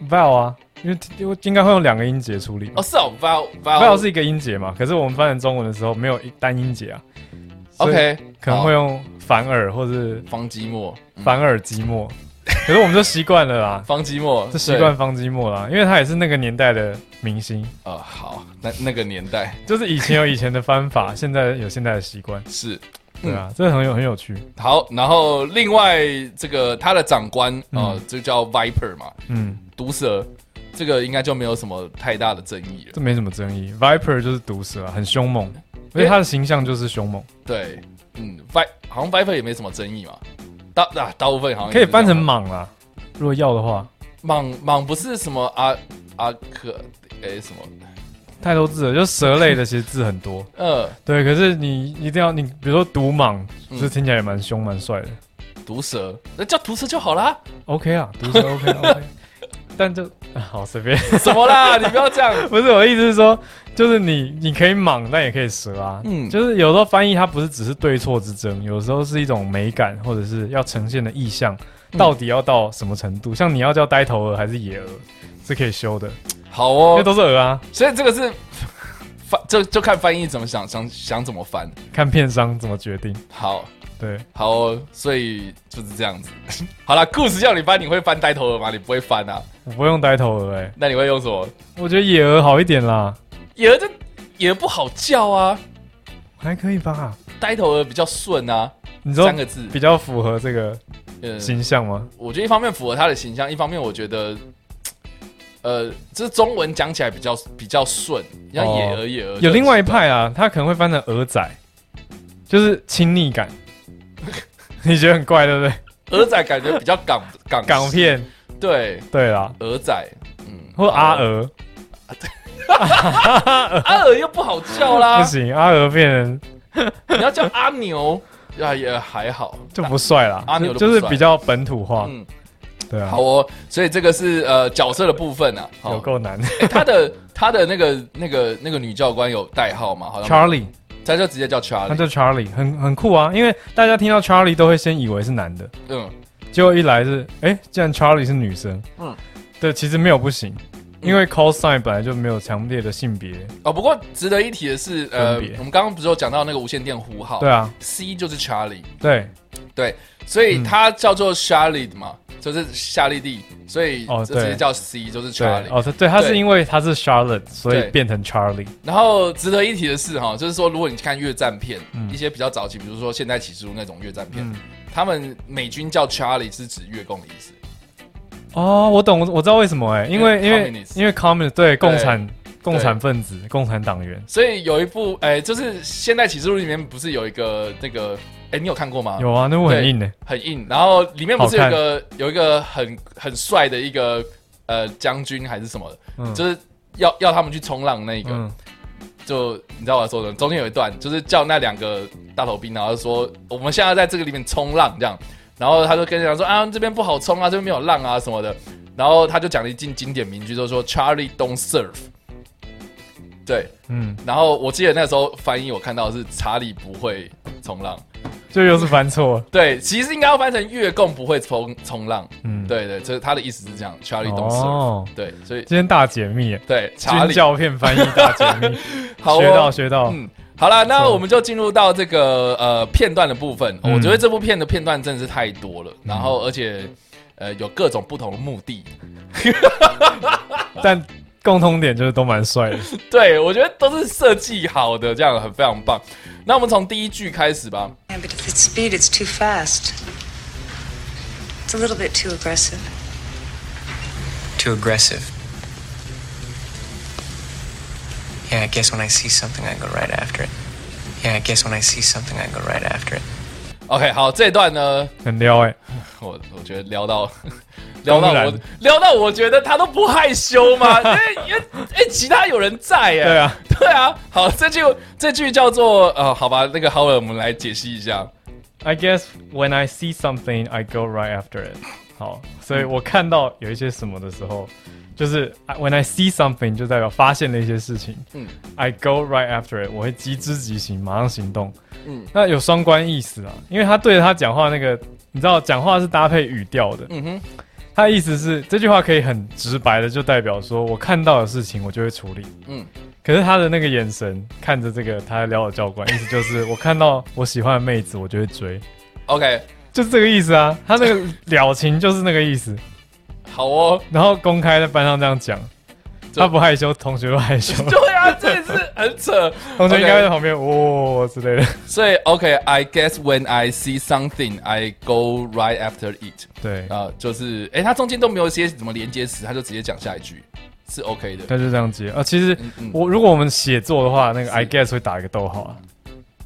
B: ，Val 啊，因为因为应该会用两个音节处理嘛
A: 哦。是哦 Val
B: Val
A: Val
B: 是一个音节嘛，可是我们翻成中文的时候没有一单音节啊。所以
A: OK
B: 可能会用反耳或是
A: 方积墨，嗯
B: 反耳寂寞，可是我们就习惯 了啦，
A: 方积墨
B: 就习惯方寂寞啦，因为他也是那个年代的明星，
A: 对呃好，那那个年代
B: 就是以前有以前的翻法， 现在有现在的习惯，
A: 是
B: 对啊，这很有很有趣，
A: 好，然后另外这个他的长官呃，这叫 Viper 嘛，
B: 嗯，
A: 毒蛇，这个应该就没有什么太大的争议了，
B: 这没什么争议。Viper 就是毒蛇啊，很凶猛，而且他的形象就是凶猛，
A: 对，嗯，Vi 好像 Viper 也没什么争议嘛，大啊大部分好像
B: 可以翻成
A: 莽
B: 蟒啦，如果要的话，
A: 莽莽不是什么阿阿克诶什么
B: 太多字了，就蛇类的其实字很多。
A: 呃
B: 对，可是你一定要你，比如说毒蟒，
A: 嗯
B: 就是听起来也蛮凶蛮帅的
A: 毒蛇，那叫毒蛇就好啦。
B: ，OK 啊， 毒蛇 OK OK，但就、啊、好随便，
A: 什么啦？你不要这样。
B: 不是我的意思是说，就是你你可以蟒，但也可以蛇啊，
A: 嗯
B: 就是有时候翻译它不是只是对错之争，有时候是一种美感或者是要呈现的意象，
A: 嗯
B: 到底要到什么程度？像你要叫呆头鹅还是野鹅，是可以修的，
A: 好
B: 因为
A: 哦，
B: 都是鹅啊，
A: 所以这个是 翻，就就看翻译怎么想，想想怎么翻。
B: 看片商怎么决定。
A: 好，
B: 对，
A: 好哦，所以就是这样子。 好啦，故事叫你翻，你会翻呆头鹅吗？你不会翻啊？
B: 我不用呆头鹅哎、
A: 那你会用什么？
B: 我觉得野鹅好一点啦，
A: 野鹅这野鹅不好叫啊，
B: 还可以吧？
A: 呆头鹅比较顺啊，
B: 你知道
A: 三个字。
B: 比较符合这个
A: 嗯，
B: 形象吗？
A: 我觉得一方面符合他的形象，一方面我觉得。呃，这中文讲起来比较比较顺，像
B: 哦
A: 野鹅野鹅就
B: 有另外一派啊，他可能会翻成鹅仔，就是亲 昵感。你觉得很怪对不对？
A: 鹅仔感觉比较港港
B: 港
A: 式
B: 片
A: 对
B: 对啦，
A: 鹅仔，嗯，
B: 或阿
A: 鹅，
B: 鹅、
A: 阿鹅又不好叫
B: 不
A: 啦，
B: 行，阿鹅变成
A: 你要叫阿牛，啊也还好，
B: 就不帅啦，
A: 阿牛
B: 就
A: 就不
B: 就是
A: 帅
B: 比较本土化，
A: 嗯，
B: 对啊
A: 好，哦，所以这个是呃角色的部分啊，好
B: 有够难。
A: 诶他的他的那个那个那个女教官有代号吗？好像
B: Charlie，
A: 他就直接叫
B: 他
A: Charlie，
B: 叫 Charlie，很很酷啊，因为大家听到 Charlie 都会先以为是男的，
A: 嗯，
B: 结果一来是，哎、既然 Charlie 是女生，
A: 嗯
B: 嗯，对，其实没有不行，因为 call sign 本来就没有强烈的性别，
A: 哦，不过值得一提的是，呃，
B: 分别
A: 我们刚刚不是有讲到那个无线电呼号，
B: 对啊，
A: ，C 就是 Charlie，
B: 对，
A: 所以
B: 嗯
A: 它叫做 Charlie 嘛，就是夏利蒂，所以
B: 哦
A: 就直接
B: 对
A: 叫 C 就是
B: 对
A: Charlie。，
B: 哦，对，他
A: 对
B: 是因为他是 Charlotte，所
A: 对
B: 以变成 Charlie，
A: 然后值得一提的是哈，就是说如果你看越战片，
B: 嗯
A: 一些比较早期，比如说《现代启示录》那种越战片，
B: 嗯，
A: 他们美军叫 Charlie 是指越共的意思。
B: 哦，我懂，我知道为什么哎、因为因
A: 因为
B: 为
A: communist
B: 因为 communist 对共产共产分子、共产党员，
A: 所以有一部，哎、就是《现代启示录》里面不是有一个那个，哎、你有看过吗？
B: 有啊，那部很
A: 对
B: 硬的，
A: 很硬。然后里面不是有
B: 好
A: 一
B: 看
A: 个有一个很很帅的一个呃将军还是什么的，
B: 嗯，
A: 就是要要他们去冲浪那一个，
B: 嗯
A: 就你知道我要说的，中间有一段就是叫那两个大头兵，然后说我们现在在这个里面冲浪这样，然后他就跟人家说啊这边不好冲啊，这边没有浪啊什么的，然后他就讲了一句经典名句，就是说 Charlie don't surf。对，
B: 嗯，
A: 然后我记得那时候翻译我看到的是查理不会冲浪，
B: 就又是犯错了，
A: 对，其实应该要翻成月供不会冲冲浪，
B: 嗯，，
A: 对对，这他的意思是这样，Charlie don't surf，、
B: 哦，
A: 对，所以
B: 今天大解密耶，
A: 对查
B: 军
A: 理
B: 教片翻译大解密，
A: 好、哦、
B: 学到学到，
A: 嗯，好了，那
B: 错
A: 我们就进入到这个呃片段的部分、
B: 嗯
A: 我觉得这部片的片段真的是太多了，然后而且呃有各种不同的目的。
B: 但共通点就是都蛮帅的，
A: 对，我觉得都是设计好的，这样很非常棒。那我们从第一句开始吧。
C: Yeah, but if it's speed, it's too fast. It's a little bit too aggressive.
D: Too aggressive. Yeah, I guess when I see something, I go right after it. Yeah, I guess when I see something, I go right after it.
A: OK，好，这一段呢，
B: 很撩哎、
A: 我我觉得聊到 聊到
B: 嗯当然
A: 我聊到，我觉得他都不害羞嘛，因为因为哎，其他有人在哎，
B: 对啊，
A: 对啊，好，这就这句叫做呃，好吧，那个 Howard，我们来解析一下。
B: I guess when I see something, I go right after it。好，所以我看到有一些什么的时候，就是 I- when I see something 就代表发现了一些事情。
A: 嗯
B: 嗯，I go right after it，我会即知即行，马上行动。
A: 嗯
B: 嗯，那有双关意思啊，因为他对着他讲话那个，你知道讲话是搭配语调的。
A: 嗯哼，
B: 他的意思是这句话可以很直白的就代表说我看到的事情我就会处理。
A: 嗯
B: 嗯，可是他的那个眼神看着这个他撩的教官，意思就是我看到我喜欢的妹子我就会追。
A: OK，
B: 就是这个意思啊，他那个表情就是那个意思，
A: 好哦。
B: 然后公开在班上这样讲，
A: 这
B: 他不害羞，同学都 害羞，
A: 对啊，这也是很扯。
B: 同学应该
A: OK
B: 在旁边哦之类的。
A: 所以 OK，I、guess when I see something, I go right after it。
B: 对，
A: 啊、就是哎，它中间都没有一些什么连接词，它就直接讲下一句，是 OK 的。
B: 他就这样接啊。其实
A: 嗯嗯
B: 我如果我们写作的话，那个 I guess 会打一个逗号啊，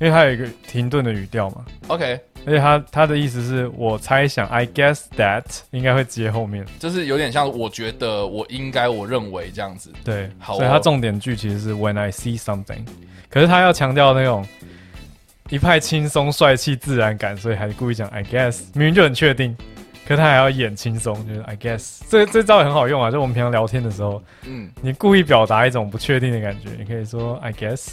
B: 因为它有一个停顿的语调嘛。
A: OK，
B: 而且他他的意思是我猜想，I guess that 应该会接后面，
A: 就是有点像我觉得我应该我认为这样子。
B: 对，
A: 好哦
B: 所以他重点句其实是 When I see something，可是他要强调那种一派轻松、帅气、自然感，所以还故意讲 I guess，明明就很确定，可是他还要演轻松，就是 I guess，这这招也很好用啊，就我们平常聊天的时候，
A: 嗯，
B: 你故意表达一种不确定的感觉，你可以说 I guess，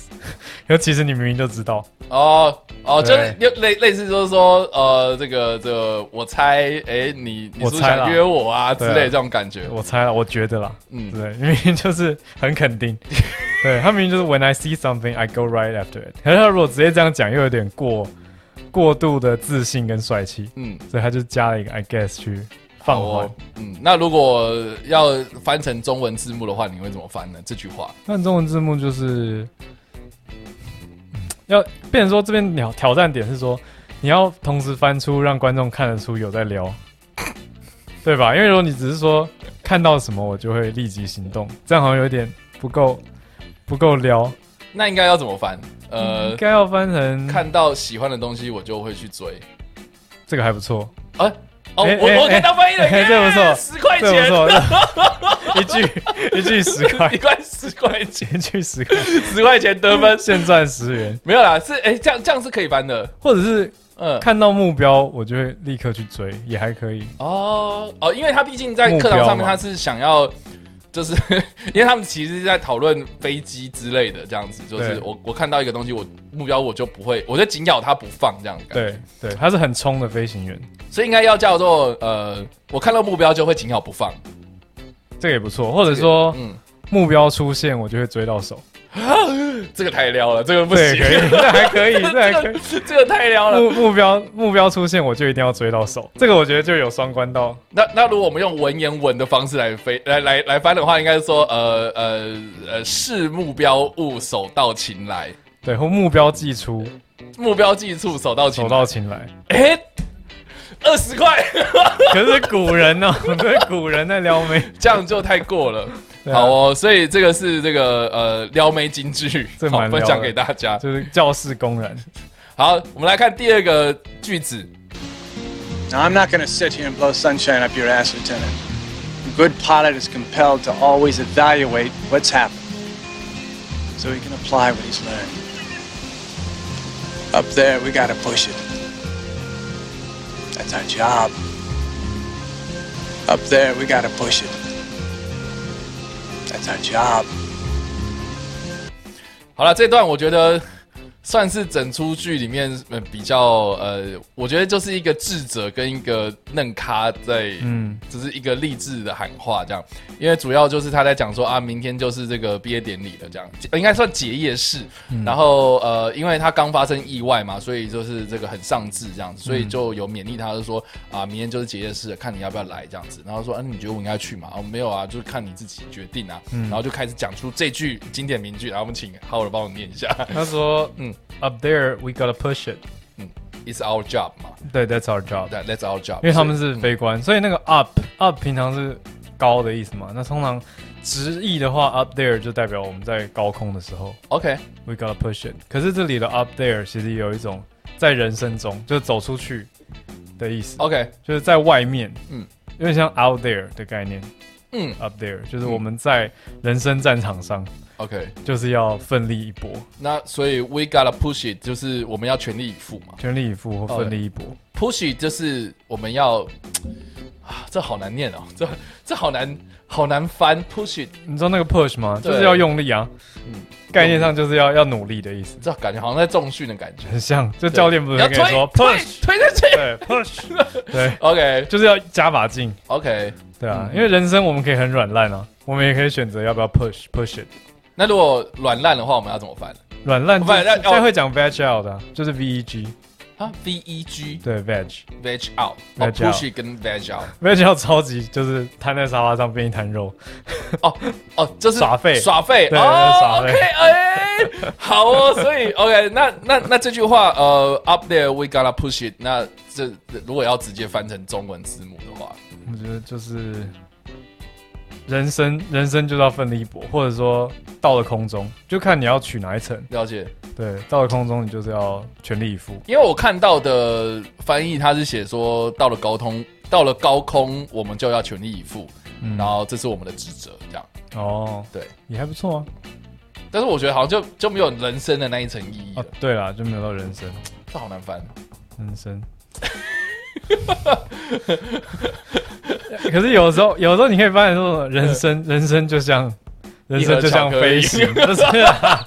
B: 可是 其实你明明就知道，
A: 哦哦，就是
B: 对
A: 类类类似就是说呃，这个这个我猜，哎，你你是
B: 我
A: 不是
B: 猜啦
A: 想约我啊之
B: 对啊
A: 类这种感觉。
B: 我猜了，我觉得啦，
A: 嗯
B: 对，明明 就是很肯 定。对他明明就是 When I see something, I go right after it。可是他如果直接这样讲，又有点过过度的自信跟帅气，
A: 嗯，
B: 所以他就加了一个 I guess 去放
A: 好
B: 缓
A: 哦。。嗯，那如果要翻成中文字幕的话，你会怎么翻呢？这句话？
B: 那中文字幕就是、嗯要变成说这边挑挑战点是说，你要同时翻出让观众看得出有在聊，对吧？因为如果你只是说看到什么我就会立即行动，这样好像有点不够不够撩，
A: 那应该要怎么翻？呃
B: 应，该要翻成
A: 看到喜欢的东西我就会去追。
B: 这个还不错，
A: 啊，哦，
B: 哎
A: 我
B: 哎
A: 我可以
B: 哎
A: 当翻译了，
B: 哎这不错
A: 十块
B: 这不
A: 钱，
B: 错， 一句一句十块
A: 一，块十块钱，
B: 一句十块，
A: 十块钱得分
B: 现赚十元，
A: 没有啦，是哎，这样这样是可以翻的，
B: 或者是
A: 嗯。
B: 看到目标我就会立刻去追，也还可以。
A: 哦哦，因为他毕竟在课堂上
B: 目标
A: 面，
B: 嘛
A: 他是想要就是 因为他们其实是在讨论飞机之类的这样子，就是
B: 对
A: 我我看到一个东西，我目标我就不会，我就紧咬它不放这样子。，
B: 对对，他是很冲的飞行员，
A: 所以应该要叫做呃，我看到目标就会紧咬不放。
B: 这个也不错。或者说
A: 嗯，
B: 目标出现，我就会追到手，
A: 这个太撩了，这个不
B: 这
A: 行
B: 也， 可以，这还可以，这还可以。
A: 这个这个太撩了。
B: 目目标目标出现，我就一定要追到手。这个我觉得就有双关到，
A: 那那如果我们用文言文的方式来飞来来来翻的话，应该是说呃呃呃，视目标物，手到擒来。
B: 对，或目标寄出，
A: 目标计数，手到擒来。
B: 手到擒来。
A: 哎，二十块，
B: 可是古人呢、哦， 对古人在撩妹，
A: 这样就太过了。
B: 对啊
A: 好哦，所以这个是这个呃撩妹金句
B: 这，
A: 好
B: 蛮撩
A: 分
B: 的
A: 享给大家。
B: 就是教室 公然。
A: 好，我们来看第二个句子。
E: Now, I'm not going to sit here and blow sunshine up your ass, Lieutenant. A good pilot is compelled to always evaluate what's happened so he can apply what he's learned. Up there, we got to push it. That's our job. Up there, we got to push it. That's our job.
A: 好了，这段我觉得算是整出剧里面呃比较呃，我觉得就是一个智者跟一个嫩咖在，嗯，就是一个励志的喊话这样。因为主要就是他在讲说啊，明天就是这个毕业典礼了，这样呃应该算结业式。然后呃，因为他刚发生意外嘛，所以就是这个很上智这样子，所以就有勉励他，就说啊，明天就是结业式了，看你要不要来这样子。然后说，嗯、你觉得我应该去吗？哦，没有啊，就是看你自己决定啊。然后就开始讲出这句经典名句，然后我们请浩尔帮我念一下
B: 他说，
A: 嗯
B: 嗯，Up there we gotta push it，
A: ，It's our job 嘛，哦
B: 对，That's our job。
A: 对，That's our job。
B: 因为他们是飞官，所以那个 up up 平常是高的意思嘛。那通常直译的话，up there 就代表我们在高空的时候
A: OK，
B: ，we gotta push it。可是这里的 up there 其实有一种在人生中，就是走出去的意思
A: OK，
B: 就是在外面，
A: 哦嗯
B: 嗯，有点像 out there 的概念，
A: 嗯
B: ，up there 就是我们在人生战场上
A: OK，
B: 就是要奋力一搏，
A: 那所以 we gotta push it，就是我们要全力以赴嘛。
B: 全力以
A: 哦
B: 赴或奋力一搏。
A: push it 就是我们要啊，这好难念哦，这这好难好难翻 push it，
B: 你知道那个 push 吗？
A: 对嗯
B: 就是要用力啊，概念上就是要要努力的意思。
A: 这感觉好像在重训的感觉。
B: 很像，就教练不是
A: 要
B: 跟你
A: 推
B: 说
A: 推
B: push，
A: 推下 去
B: 对 push，对，
A: ，OK
B: 就是要加把劲，
A: OK。
B: 对啊，
A: 嗯
B: 因为人生我们可以很软烂啊，我们也可以选择要不要 push push it，
A: 那如果软烂的话，我们要怎么翻
B: 软烂就
A: 不
B: 是
A: 然那哦
B: 现在会讲 veg out 的啊，就是 v e g，
A: 啊？V E G
B: 对 veg
A: veg out，哦
B: Veg out
A: ，push it 跟 veg out，
B: veg out 超级就是瘫在沙发上变一滩肉，
A: 哦哦，就是
B: 耍废
A: 耍废
B: 对
A: 哦
B: 耍废
A: ，OK，哎，好 哦，所以 OK，那那那这句话呃，up there we gotta push it，那这如果要直接翻成中文字幕的话，
B: 我觉得就是人生人生就是要奋力一搏，或者说到了空中就看你要取哪一层，
A: 了解？
B: 对，到了空中你就是要全力以赴，
A: 因为我看到的翻译，他是写说到了高空，到了高空，我们就要全力以赴，
B: 嗯
A: 然后这是我们的职责，这样
B: 哦，
A: 对。
B: 也还不错啊，
A: 但是我觉得好像就就没有人生的那一层意义
B: 哦
A: 了，，
B: 对啦，就没有到人生。
A: 这好难翻。哦
B: 人生。 可是有时候，有时候你可以发现说，人生，人生就像，人生就像飞
A: 一
B: 行
A: 盒，
B: 就是、啊，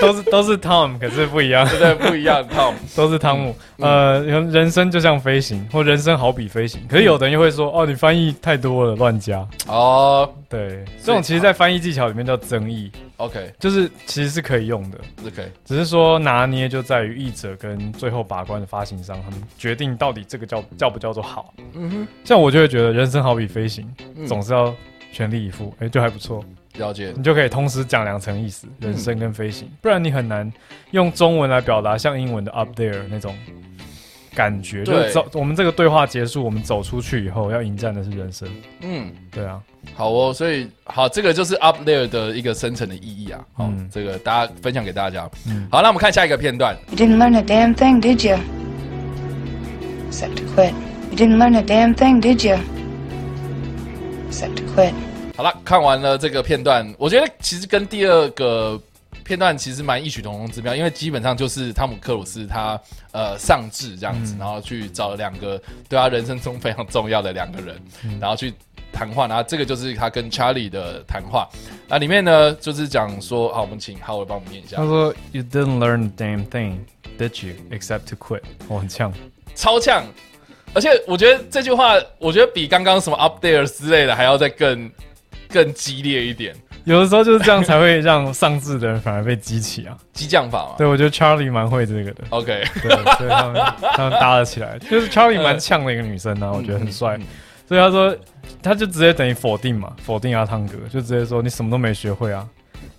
B: 都是都是 Tom，可是不一 样，
A: 真的不一样，Tom。
B: 都是汤姆。呃，人人生就像飞行，或人生好比飞行。可是有的人又会说，哦，你翻译太多了，乱加。
A: 哦、
B: 对，这种其实，在翻译技巧里面叫争议，
A: o k
B: 就是其实是可以用的。
A: o k
B: 只是说拿捏就在于译者跟最后把关的发行商，他们决定到底这个叫叫不叫做好。
A: 嗯
B: 像我就会觉得人生好比飞行，总是要全力以赴，哎、就还不错，
A: 了解。
B: 你就可以同时讲两层意思，
A: 嗯
B: 人生跟飞行，不然你很难用中文来表达像英文的 up there 那种感觉。就
A: 对
B: 是走，我们这个对话结束，我们走出去以后要迎战的是人生，
A: 嗯，
B: 对啊，
A: 好哦，所以好，这个就是 up there 的一个深层的意义啊。好，
B: 嗯
A: 这个大家分享给大家。好，那我们看下一个片段。
C: You didn't learn a damn thing, did you? Except to quit. You didn't learn a damn thing, did you? Except to quit.
A: 好了，看完了这个片段，我觉得其实跟第二个片段其实蛮异曲同工之妙，因为基本上就是汤姆克鲁斯他呃上志这样子，然后去找了两个对他人生中非常重要的两个人，然后去。谈话，然后这个就是他跟 Charlie 的谈话。那里面呢，就是讲说，好，我们请 Howard 帮我们念一下
B: 他，说 You didn't learn a damn thing, did you? Except to quit。我很呛，
A: 超呛。而且我觉得这句话，我觉得比刚刚什么 up there 之类的还要再更更激烈一点，
B: 有的时候就是这样才会让上智的人反而被激起啊。
A: 激将法嘛。
B: 对，我觉得 Charlie 蛮会这个的。
A: OK，
B: 对，所以他们他们搭了起来。就是 Charlie 蛮呛的一个女生啊，我觉得很帅。所以他说，他就直接等于否定嘛，否定阿汤哥，就直接说你什么都没学会啊，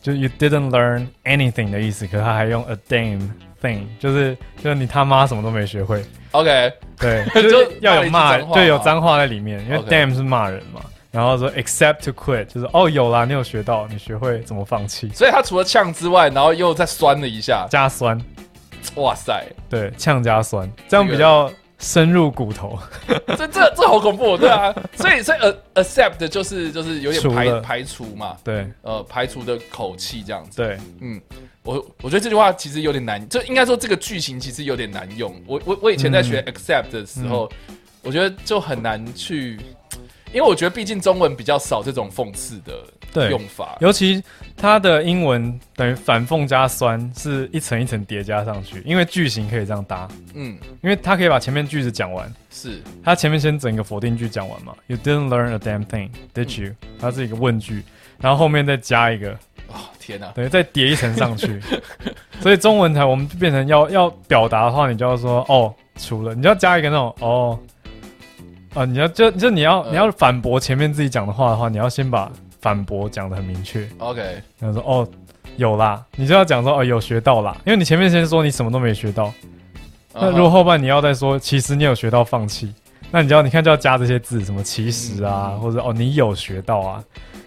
B: 就 you didn't learn anything 的意思。可是他还用 a damn thing，就是就是你他妈什么都没学会。
A: OK，
B: 对，
A: 就
B: 就是要有
A: 骂
B: 骂
A: 了一句脏，话
B: 对，有脏话在哦里面，因为
A: OK
B: damn 是骂人嘛。然后说 except to quit，就是哦有啦，你有学到，你学会怎么放弃，
A: 所以他除了呛之外，然后又再酸了一下，
B: 加酸，
A: 哇塞，
B: 对，呛加酸，这样
A: 这个
B: 比较深入骨头。
A: 这这这好恐怖，对啊。所以所以呃 accept 就是就是有点
B: 除
A: 排
B: 了
A: 排除嘛，
B: 对
A: 呃排除的口气这样子。
B: 对，
A: 嗯，我我觉得这句话其实有点难，就应该说这个剧情其实有点难用。我我我以前在学
B: 嗯
A: accept 的时候，我觉得就很难去，因为我觉得毕竟中文比较少这种讽刺的
B: 对
A: 用法。
B: 尤其它的英文等于反讽加酸是一层一层叠加上去，因为句型可以这样搭，
A: 嗯，
B: 因为它可以把前面句子讲完，
A: 是
B: 它前面先整个否定句讲完嘛，You didn't learn a damn thing, did you？它是一个问句，然后后面再加一个，
A: 哦，天哪、
B: 等于再叠一层上去，所以中文才我们就变成要 要表达的话，你就要说哦，除了你就要加一个那种哦，啊，你要就就你要
A: 嗯
B: 你要反驳前面自己讲的话的话，你要先把反驳讲的很明确。
A: o k
B: 他说哦，有啦，你就要讲说哦有学到啦，因为你前面先说你什么都没学到，
A: 啊嗯
B: 那如果后半你要再说其实你有学到放弃，那你就要你看就要加这些字，什么其实啊，
A: 嗯
B: 或者哦你有学到啊，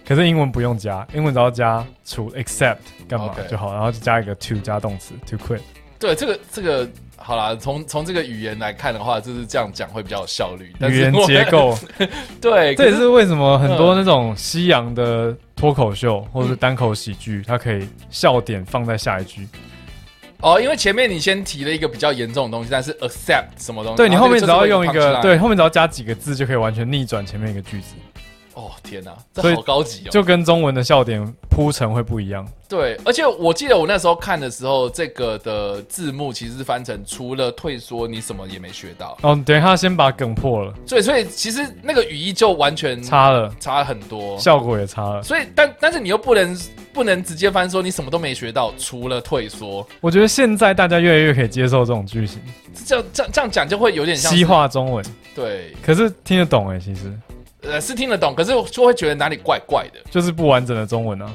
B: 可是英文不用加，英文只要加除 except 干嘛
A: OK
B: 就好，然后就加一个 to 加动词 to quit，
A: 对这个这个好啦，从从这个语言来看的话，就是这样讲会比较有效率。但
B: 语
A: 是
B: 言
A: 我
B: 结构，
A: 对，
B: 这也是为什么很多
A: 嗯
B: 那种西洋的脱口秀或者是单口喜剧，它可以笑点放在下一句，
A: 哦，因为前面你先提了一个比较严重的东西，但是 accept 什么东西，
B: 对你
A: 然
B: 后
A: 这
B: 面只要
A: 就是
B: 用一个，
A: punchline
B: 对，后面只要加几个字就可以完全逆转前面一个句子，
A: 哦天哪，这
B: 所以
A: 好高级哦，
B: 就跟中文的笑点铺陈会不一样。
A: 对，而且我记得我那时候看的时候，这个的字幕其实是翻成除了退缩，你什么也没学到。
B: 哦，等一下先把梗破了，
A: 所以，所以其实那个语义就完全
B: 擦了，
A: 差很多。
B: 效果也擦了。
A: 所以，但但是你又不能不能直接翻说你什么都没学到，除了退缩，
B: 我觉得现在大家越来越可以接受这种句型，
A: 这样这样这样讲就会有点像是
B: 西。化中文，
A: 对，
B: 可是听得懂哎、其实
A: 呃，是听得懂，可是就会觉得哪里怪怪的，
B: 就是不完整的中 文啊，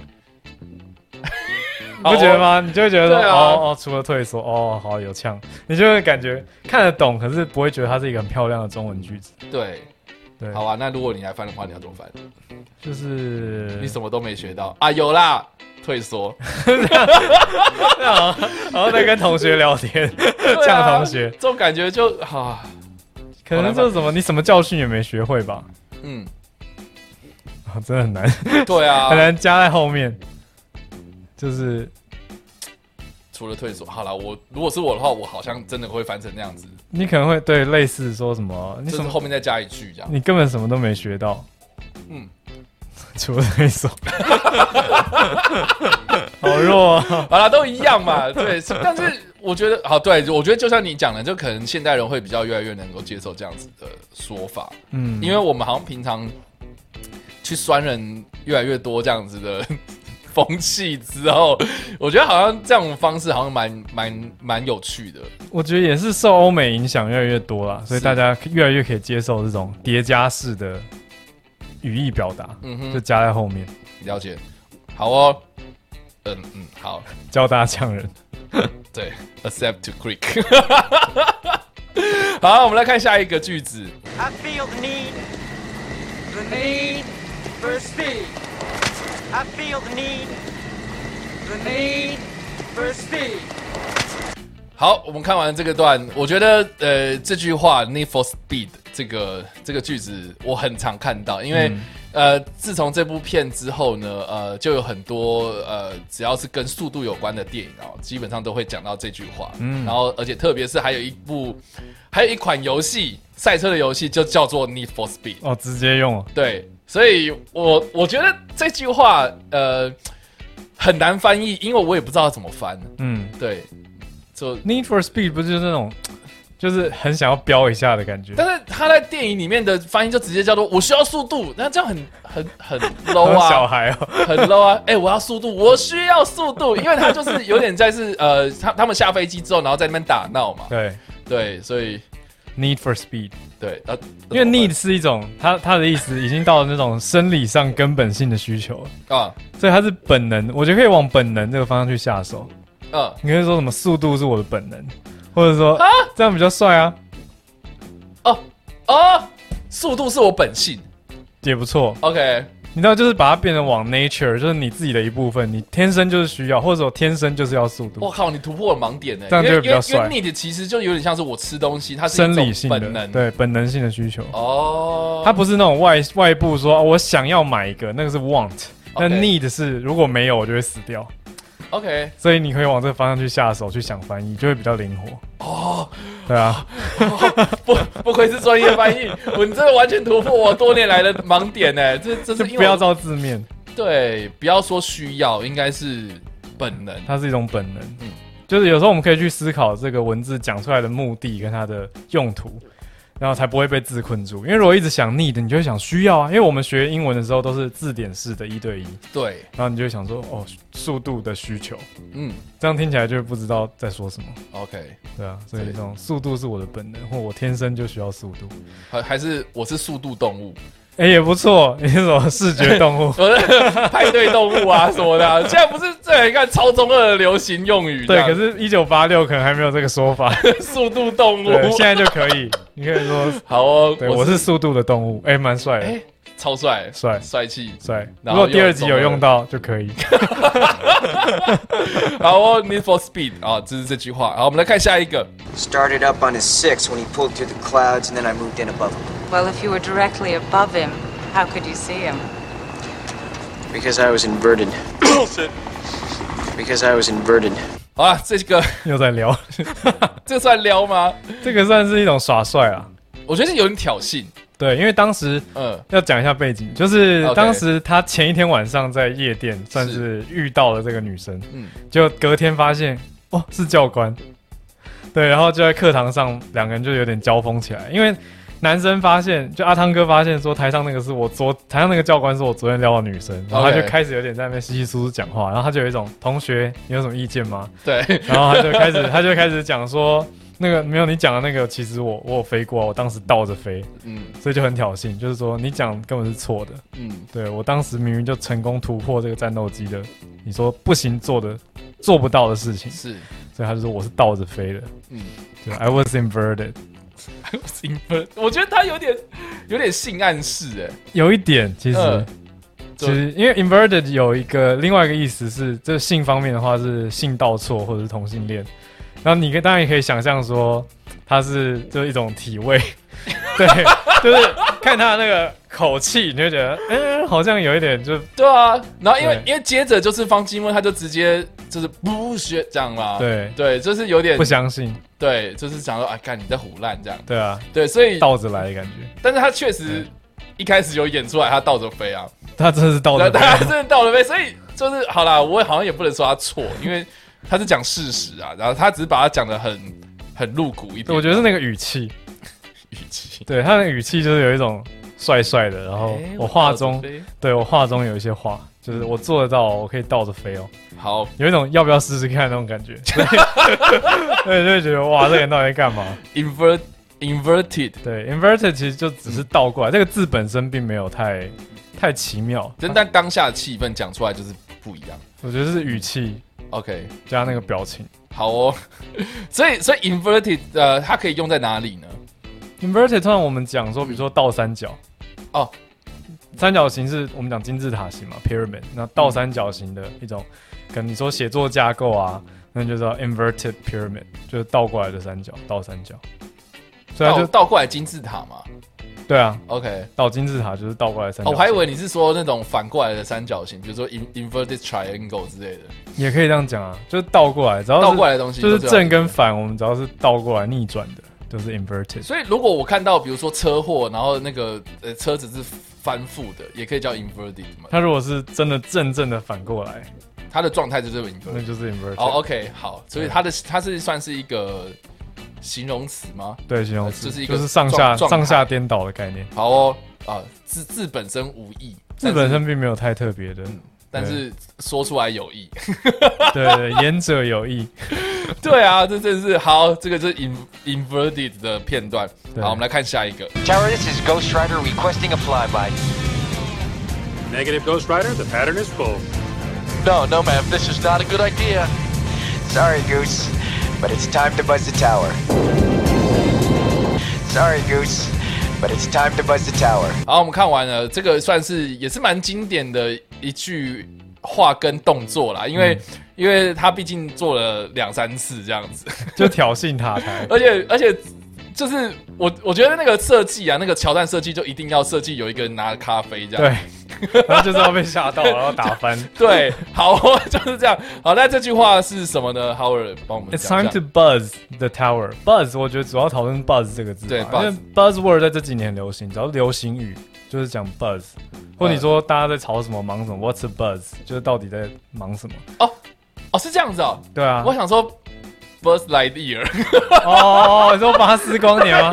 A: 哦
B: 你不觉得？吗？你就会觉得说，
A: 对啊
B: 哦哦，除了退缩，哦好有呛，你就会感觉看得懂，可是不会觉得它是一个很漂亮的中文句子。
A: 对，
B: 对，
A: 好啊。那如果你来翻的话，你要怎么翻？
B: 就是
A: 你什么都没学到啊？有啦，退 缩。
B: 然后再跟同学聊天，
A: 对
B: 呛
A: 啊
B: 同学
A: 这，种感觉就啊，
B: 可能就是什么你什么教训也没学会吧，
A: 嗯，
B: 啊，真的很难，
A: 对 啊，
B: 很难加在后面，就是
A: 除了退缩，好了，我如果是我的话，我好像真的会翻成那样子，
B: 你可能会对类似说什么，你
A: 就
B: 什
A: 是
B: 么
A: 后面再加一句这样。
B: 你根本什么都没学到，
A: 嗯，
B: 除了那首， 好弱、啊，
A: 好了，都一样嘛， 对。是但是我觉得，好，对，我觉得就像你讲的，就可能现代人会比较越来越能够接受这样子的说法，
B: 嗯，
A: 因为我们好像平常去酸人越来越多这样子的 风气之后，我觉得好像这种方式好像蛮蛮蛮有趣的。
B: 我觉得也是受欧美影响越来越多啦，所以
A: 是
B: 大家越来越可以接受这种叠加式的语义表达，
A: 嗯哼
B: 就加在后面
A: 了解，好哦，嗯嗯，好。
B: 教大家呛人。
A: 对，accept to click。好，我们来看下一个句子。
F: I feel the need, the need for speed. I feel the need, the need for speed.
A: 好，我们看完这个段，我觉得呃这句话 “need for speed” 这个这个句子我很常看到，因为、呃自从这部片之后呢，呃就有很多呃只要是跟速度有关的电影啊、基本上都会讲到这句话。嗯，然后而且特别是还有一部，还有一款游戏赛车的游戏就叫做 “need for speed”。
B: 哦，直接用了，
A: 对，所以我我觉得这句话呃很难翻译，因为我也不知道怎么翻。
B: 嗯
A: 对，就
B: ，Need for Speed 不就是那种，就是很想要飙一下的感觉，
A: 但是他在电影里面的翻译就直接叫做“我需要速度”，那这样很很 很
B: 好
A: low
B: 像小
A: 啊，
B: 孩哦、
A: 很 low 啊！哎、我要速度，我需要速度，因为他就是有点在是呃，他他们下飞机之后，然后在那边打闹嘛，
B: 对
A: 对，所以
B: ，Need for Speed，
A: 对呃，
B: 因为 need 是一种，他他的意思已经到了那种生理上根本性的需求了，
A: 啊
B: 所以它是本能，我觉得可以往本能这个方向去下手。
A: 嗯，
B: 你可以说什么速度是我的本能，或者说
A: 啊
B: 这样比较帅啊，
A: 哦哦，速度是我本性
B: 也不错。
A: ，OK，
B: 你知道，就是把它变成往 nature，就是你自己的一部分，你天生就是需要，或者说天生就是要速
A: 我
B: 度。
A: 靠，你突破了盲点呢、欸
B: 这样就
A: 因为
B: 会比较帅
A: 因为因为你的其实就有点像是我吃东西，它是一
B: 生理
A: 种
B: 性的
A: 本能，，
B: 对本能性的需求，
A: 哦，
B: 它不是那种外外部说、哦我想要买一个，那个是 want，那
A: OK
B: need 是如果没有我就会死掉，
A: OK，
B: 所以你可以往这个方向去下手去想翻译，就会比较灵活。
A: 哦，
B: 对啊，
A: 不不愧是专业翻译，我你真的完全突破我多年来的盲点呢、这这
B: 就是
A: 因为
B: 不要
A: 我
B: 照字面，
A: 对，不要说需要，应该是本能。
B: 它是一种本能。
A: 嗯
B: 就是有时候我们可以去思考这个文字讲出来的目的跟它的用途，然后才不会被字困住。因为如果一直想 need，你就会想需要啊。因为我们学英文的时候都是字典式的一对一，
A: 对，
B: 然后你就会想说哦，速度的需求，
A: 嗯
B: 这样听起来就不知道在说什么。
A: ，OK，
B: 对啊，所以
A: 对
B: 这种速度是我的本能，或我天生就需要速度。
A: 还还是我是速度动物，？
B: 哎、也不错， 你是什么视觉动物
A: 我是派对动物啊什么的啊、现在不是这你看超中二的流行用语这
B: 对，
A: 样，
B: 可是，一九八六可能还没有这个说 法。
A: 速度动物
B: 对，现在就可以，你可以说
A: 好哦，
B: 对，我是速度的动物，哎、蛮帅
A: 哎
B: 的，
A: 超帅，
B: 帅
A: 帅气。
B: 帅。如
A: 然后
B: 果第
A: 又
B: 二集有用到就可以。
A: 好哦，Need for Speed 啊，这是这句话。好，我们来看下一个。
G: Started up on his six when he pulled through the clouds, and then I moved in above him
H: Well, if you were directly above him, how could you see him?
G: because I was inverted. because I was inverted.
A: 好啊，这个
B: 又在聊，
A: 这算撩吗？
B: 这个算是一种耍帅啊。
A: 我觉得有点挑衅。
B: 对，因为当时
A: 嗯
B: 要讲一下背景，就是
A: OK
B: 当时他前一天晚上在夜店算是遇到了这个女生，
A: 嗯，
B: 就隔天发现哦是教官，对，然后就在课堂上两个人就有点交锋起来，因为男生发现，就阿汤哥发现说台上那个是我昨台上那个教官是我昨天撩的女生，然后他
A: OK
B: 就开始有点在那边稀稀疏疏讲话，然后他就有一种同学你有什么意见吗？
A: 对，
B: 然后他就开始他就开始讲说那个没有你讲的那个其实我我有飞过啊，我当时倒着飞，
A: 嗯
B: 所以就很挑衅，就是说你讲根本是错的，
A: 嗯，
B: 对我当时明明就成功突破这个战斗机的，你说不行做的做不到的事情，
A: 是，
B: 所以他就说我是倒着飞的，
A: 嗯，
B: 对，I was inverted，
A: 兴奋。我觉得他有点有点性暗示，哎，
B: 有一点其实。
A: 嗯
B: 其实，因为 inverted 有一个另外一个意思是，这性方面的话是性倒错或者是同性恋，然后你可以当然也可以想象说，它是就是一种体味，对，就是看他那个口气，你就觉得，嗯、好像有一点就
A: 对啊。然后因为
B: 对
A: 因为接着就是方金问，他就直接就是不学这样啦。
B: 对
A: 对，就是有点
B: 不相信，
A: 对，就是想说啊，干你在胡乱这样。
B: 对啊，
A: 对，所以
B: 倒着来的感觉。
A: 但是他确实一开始有演出来，他倒着飞啊，
B: 他真的是倒
A: 对，
B: 着
A: 他真
B: 飞，
A: 的倒着飞，所以就是好啦，我好像也不能说他错，因为他是讲事实啊，然后他只是把它讲的很很露骨一点，
B: 我觉得是那个语气，
A: 语气。
B: 对他的语气就是有一种帅帅的，然后
A: 哎
B: 我话
A: 倒
B: 中
A: 着，飞
B: 对我话中有一些话，就是我做得到，我可以倒着飞哦，
A: 好，
B: 有一种要不要试试看那 种感觉，对，就会觉得哇，这个人到底在干嘛？
A: invert inverted，
B: 对，inverted 其实就只是倒过来，这个字本身并没有太太奇妙，
A: 但但当下的气氛讲出来就是不一样。
B: 我觉得是语气
A: OK，
B: 加那个表情
A: 好哦，所以所以 inverted 呃，它可以用在哪里呢？
B: ，inverted 通常我们讲说，比如说倒三角，
A: 哦，
B: 三角形是我们讲金字塔形嘛，pyramid。那倒三角形的一种，跟你说写作架构啊，那你就知道 inverted pyramid，就是倒过来的三角，倒三角。所以
A: 倒
B: 它啊就
A: 倒过来金字塔嘛。
B: 对啊，
A: OK，
B: 倒金字塔就是倒过来的三
A: 哦
B: 角
A: 我
B: 形。
A: 还以为你是说那种反过来的三角形，比如说 in, inverted triangle 之类的，
B: 也可以这样讲啊，就是倒过来，只要是
A: 倒过来的东西
B: 就是
A: 都这样
B: 正跟反，我们只要是倒过来逆转的，就是 inverted。
A: 所以如果我看到比如说车祸，然后那个呃车子是翻覆的，也可以叫 inverted 嘛。
B: 他如果是真的正正的反过来，
A: 他的状态就是 inverted。
B: 那就是 inverted。
A: 哦、o k 好，所以它的它是算是一个形容词吗？
B: 对，形容词
A: 就是一个
B: 就是上下
A: 状状态
B: 上下颠倒的概念。
A: 好哦，啊，字字本身无意，
B: 字
A: 但
B: 本
A: 是
B: 身并没有太特别的，
A: 但是说出来有意。
B: 对对，言者有 意。
A: 对啊，这真是好，这个就是 in inverted 的片段。
B: 对
A: 好，我们来看下一个。
I: Tower, this is Ghost Rider requesting a flyby.
J: Negative Ghost Rider, the pattern is full.
I: No, no, ma'am, this is not a good idea.
G: Sorry, Goose, but it's time to buzz the tower. Sorry, Goose, but it's time to buzz the tower.
A: 好，我们看完了，这个算是也是蛮经典的一句话跟动作啦，因为、
B: 嗯
A: 因为他毕竟做了两三次这样子，
B: 就挑衅塔 台。
A: 而且而且就是我我觉得那个设计啊，那个桥段设计就一定要设计有一个人拿咖啡这样。
B: 对，然后就是要被吓到，然后打 翻。
A: 对，好， 就是这样。好，那这句话是什么呢？Howard 帮我们
B: It's
A: 讲
B: time
A: 一下
B: to。buzz the tower. Buzz，我觉得主要讨论 buzz 这个字吧，
A: 对
B: 因为 buzzword 在这几年很流行，只要流行语就是讲 buzz，或你说大家在吵什么、忙什么，What's a buzz？就是到底在忙什么？
A: 哦哦，是这样子哦。
B: 对啊，
A: 我想说，Buzz Lightyear。
B: 哦哦，哦你说拔丝光年吗？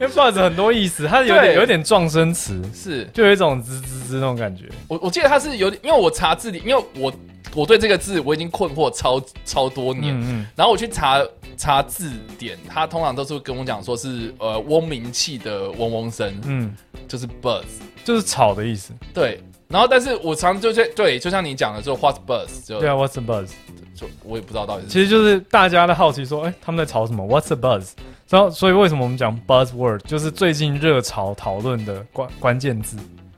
B: 因为 buzz 很多意思，它有
A: 对
B: 点有点撞声词，
A: 是
B: 就有一种滋滋滋那种感觉。
A: 我我记得他是有点，因为我查字典，因为我我对这个字我已经困惑超超多年，
B: 嗯嗯
A: 然后我去查查字典，他通常都是跟我讲说是呃嗡鸣器的嗡嗡声，
B: 嗯，
A: 就是 buzz，
B: 就是吵的意思。
A: 对。然后，但是我常就是对，就像你讲的，就 what buzz，就
B: 对啊，What's a buzz？
A: 就我也不知道到底是
B: 其实就是大家的好奇说，哎、他们在吵什么？What's a buzz？然后，所以为什么我们讲 buzzword，就是最近热潮讨论的关关键字，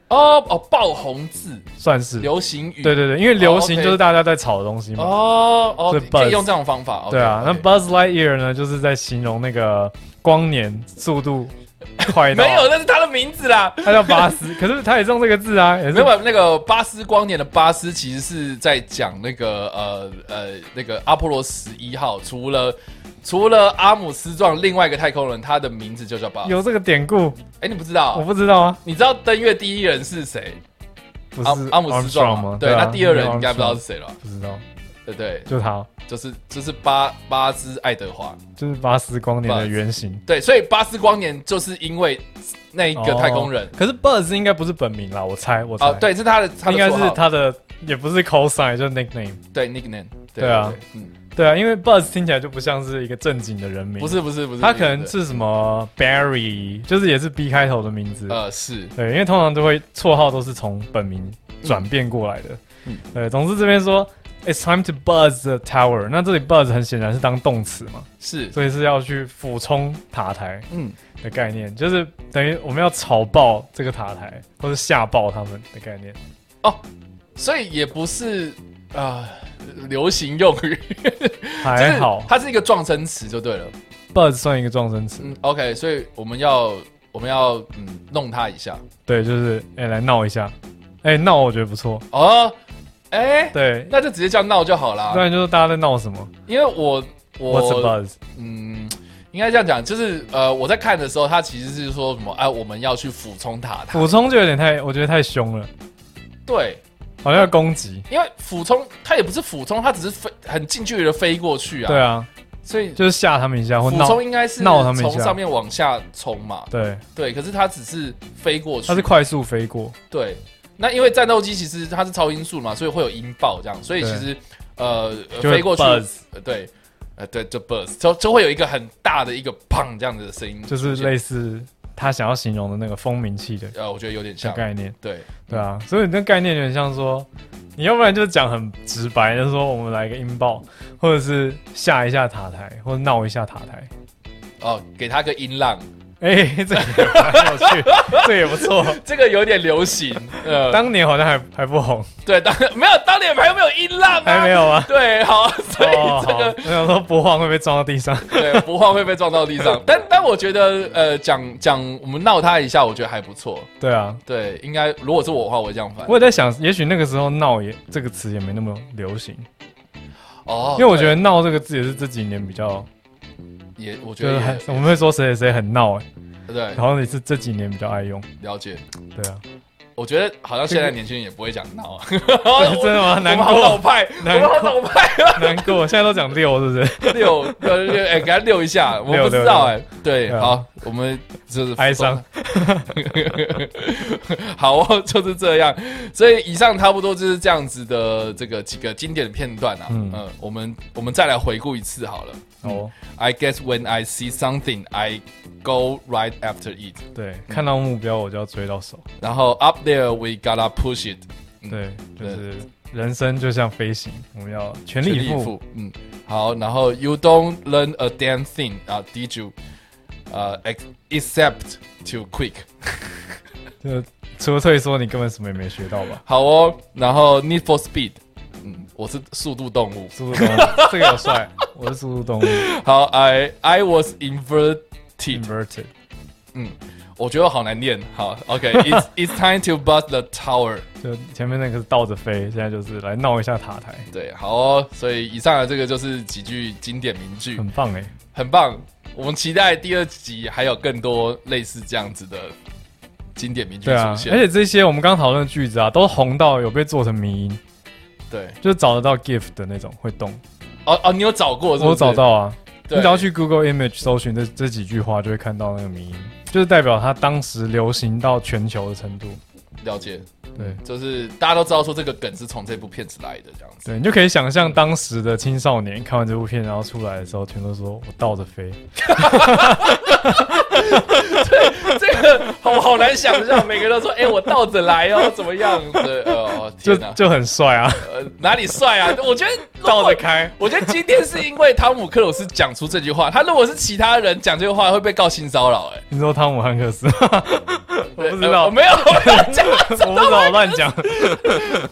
A: 哦哦爆红字、
B: 算是。
A: 流行语，
B: 对对对，因为流行
A: 哦，OK
B: 就是大家在炒的东西嘛。
A: 哦哦
B: 是，
A: 可以
B: buzz
A: 用这种方法，
B: 对啊
A: OK，OK
B: 那 Buzz Lightyear 呢，就是在形容那个光年 速度快到，
A: 没有，那是他的名字啦。
B: 他叫巴 斯，可是他也是用这个字啊，也是
A: 没有那个巴斯光年的巴斯，其实是在讲那个呃呃那个阿波罗十一号，除了除了阿姆斯壮，另外一个太空人，他的名字就叫巴斯。
B: 有这个典故，
A: 哎，你不知
B: 我
A: 道？
B: 不知道啊，
A: 你知道登月第一人是谁？
B: 不
A: 阿
B: 是
A: 阿姆斯壮
B: Armstrong 吗？
A: 对，
B: 啊
A: 那第二人应该不知道是，谁了，
B: Armstrong 不知道，
A: 对不对？
B: 就他，
A: 就是就是巴巴斯爱德华。
B: 就是巴斯光年的
A: Buzz
B: 原型。
A: 对，所以巴斯光年就是因为那一个太空人
B: 哦可是 Buzz 应该不是本名啦，我猜，哦我猜，
A: 啊，，对，是他的，他的
B: 应该
A: 绰
B: 是
A: 号
B: 他的，也不是 cosign，就是 nickname。
A: 对 nickname。
B: 对啊，
A: 对嗯，
B: 对啊，因为 Buzz 听起来就不像是一个正经的人名，
A: 不，是不是不是，
B: 他可能
A: 不
B: 是什么 Barry，就是也是 B 开头的名字。
A: 呃是
B: 对，因为通常都会绰号都是从本名转变过来的。
A: 嗯
B: 对，总之这边说 It's time to buzz the tower，那这里 buzz 很显然是当动词嘛，
A: 是，
B: 所以是要去俯冲塔台
A: 嗯。
B: 的概念，就是等于我们要炒爆这个塔台，或是吓爆他们的概念。
A: 哦，所以也不是啊、呃流行用 语，就是
B: 还好
A: 它是一个撞声词就对了。
B: ，buzz 算一个撞声词，
A: 嗯，OK，所以我们要我们要嗯弄它一下
B: 对，就是哎、来闹一下，哎、闹我觉得不错，
A: 哦，哎、
B: 对，
A: 那就直接叫闹就好啦
B: 不，然就是大家在闹什么
A: 因为我
B: ，What's
A: 我
B: a buzz？
A: 嗯。应该这样讲，就是呃，我在看的时候，它其实是说什么？哎、我们要去俯冲塔台。
B: 俯冲就有点太，我觉得太凶了，
A: 对，
B: 好像要攻击，
A: 因为俯冲它也不是俯冲，它只是飞很近距离的飞过去啊。
B: 对，啊，
A: 所以
B: 就是吓他们一下或
A: 俯
B: 闹，
A: 冲应该是
B: 闹他们一
A: 从
B: 下
A: 上面往下冲嘛。
B: 对，
A: 对，可是它只是飞过去，
B: 它是快速飞过，
A: 对。那因为战斗机其实它是超音速嘛，所以会有音爆这样，所以其实呃呃
B: 就会
A: 飞过去
B: buzz，
A: 呃对，呃对，就 buzz，就就会有一个很大的一个砰这样子的声音出
B: 就
A: 现，
B: 是类似他想要形容的那个蜂鸣器的
A: 呃，我觉得有点
B: 小
A: 像，
B: 概念，
A: 对，
B: 对啊，所以那概念有点像说，你要不然就讲很直白，就是说我们来个音爆，或者是吓一下塔台，或者闹一下塔台。
A: 哦，给它个音浪，
B: 哎、 这个也蛮 有趣，这也不错。
A: 这个有点流行，呃，
B: 当年好像还还不红，
A: 对当没有当年还有没有音浪啊？
B: 还没有 啊。
A: 对，好，所以
B: 哦
A: 这个、
B: 好我想说不晃会被撞到地上。
A: 对不晃会被撞到地上，但但我觉得呃讲讲我们闹它一下，我觉得还不错，
B: 对啊，
A: 对，应该如果是我的话，我会这样翻
B: 我。也在想，也许那个时候“闹”也这个词也没那么流行，
A: 哦，
B: 因为我觉得“闹”这个字也是这几年比较，
A: 对也，我觉
B: 就是
A: 得
B: 很
A: 也
B: 我们会说谁谁谁很闹、哎，
A: 对
B: 然后也是这几年比较爱用。
A: 了解。
B: 对啊，
A: 我觉得好像现在年轻人也不会讲闹啊，
B: 真的吗？难
A: 我们
B: 过，
A: 好老派，我们
B: 难过
A: 好老派啊！
B: 难过，现在都讲六，是不是？
A: 六六六，哎，给他六一下，我不
B: 六
A: 知道哎
B: 六，
A: 对，
B: 对啊
A: 好，我们就是
B: 哀伤。
A: 好哦，就是这样。所以以上差不多就是这样子的这个几个经典的片段啊。嗯、我们我们再来回顾一次好了。
B: 哦，
A: I guess when I see something, I go right after it。
B: 对，看到目标我就要追到手。
A: 然后 up there we gotta push it，嗯
B: 对，就是人生就像飞行，我们要全力以
A: 全力以
B: 赴
A: 赴。嗯，好，然后 you don't learn a damn thing 啊，did you？呃、e x e x c e p t to quick。
B: 就除了退缩，你根本什么也没学 到吧？
A: 好哦，然后 Need for Speed，嗯，我是速度动物。
B: 速度动物，这个有帅，我是速度动物
A: 好，I I was inverted，
B: inverted。
A: 嗯，我觉得我好难念。好，OK，it's、it's time to bust the tower。
B: 就前面那个是倒着飞，现在就是来闹一下塔台，
A: 对，好哦，所以以上的这个就是几句经典名句
B: 很，棒哎、
A: 很棒。我们期待第二集还有更多类似这样子的经典名句
B: 对啊
A: 出，现。
B: 而且这些我们刚讨论的句子啊，都红到有被做成迷音，
A: 对，
B: 就是找得到 GIF 的那种会动。
A: 哦哦，你有找过是不是？
B: 我找到啊，你
A: 对
B: 只要去 Google Image 搜寻这这几句话，就会看到那个迷音，就是代表它当时流行到全球的程度。
A: 了解，
B: 对
A: 就是大家都知道说这个梗是从这部片子来的这样子。
B: 对，你就可以想象当时的青少年看完这部片，然后出来的时候，全都说我倒着飞。
A: 这个我 好难想象，每个人都说：“哎、我倒着来 哦，怎么样？”对，呃，
B: 就
A: 天哪，
B: 就很帅 啊，
A: 呃，哪里帅啊？我觉得如果
B: 倒着。开。
A: 我觉得今天是因为汤姆克鲁斯讲出这句话，他如果是其他人讲这句话会被告性骚扰、哎，
B: 你说汤姆汉 克斯吗？我不知
A: 呃
B: 道，
A: 我没有我没有讲，
B: 我不知道，我乱讲。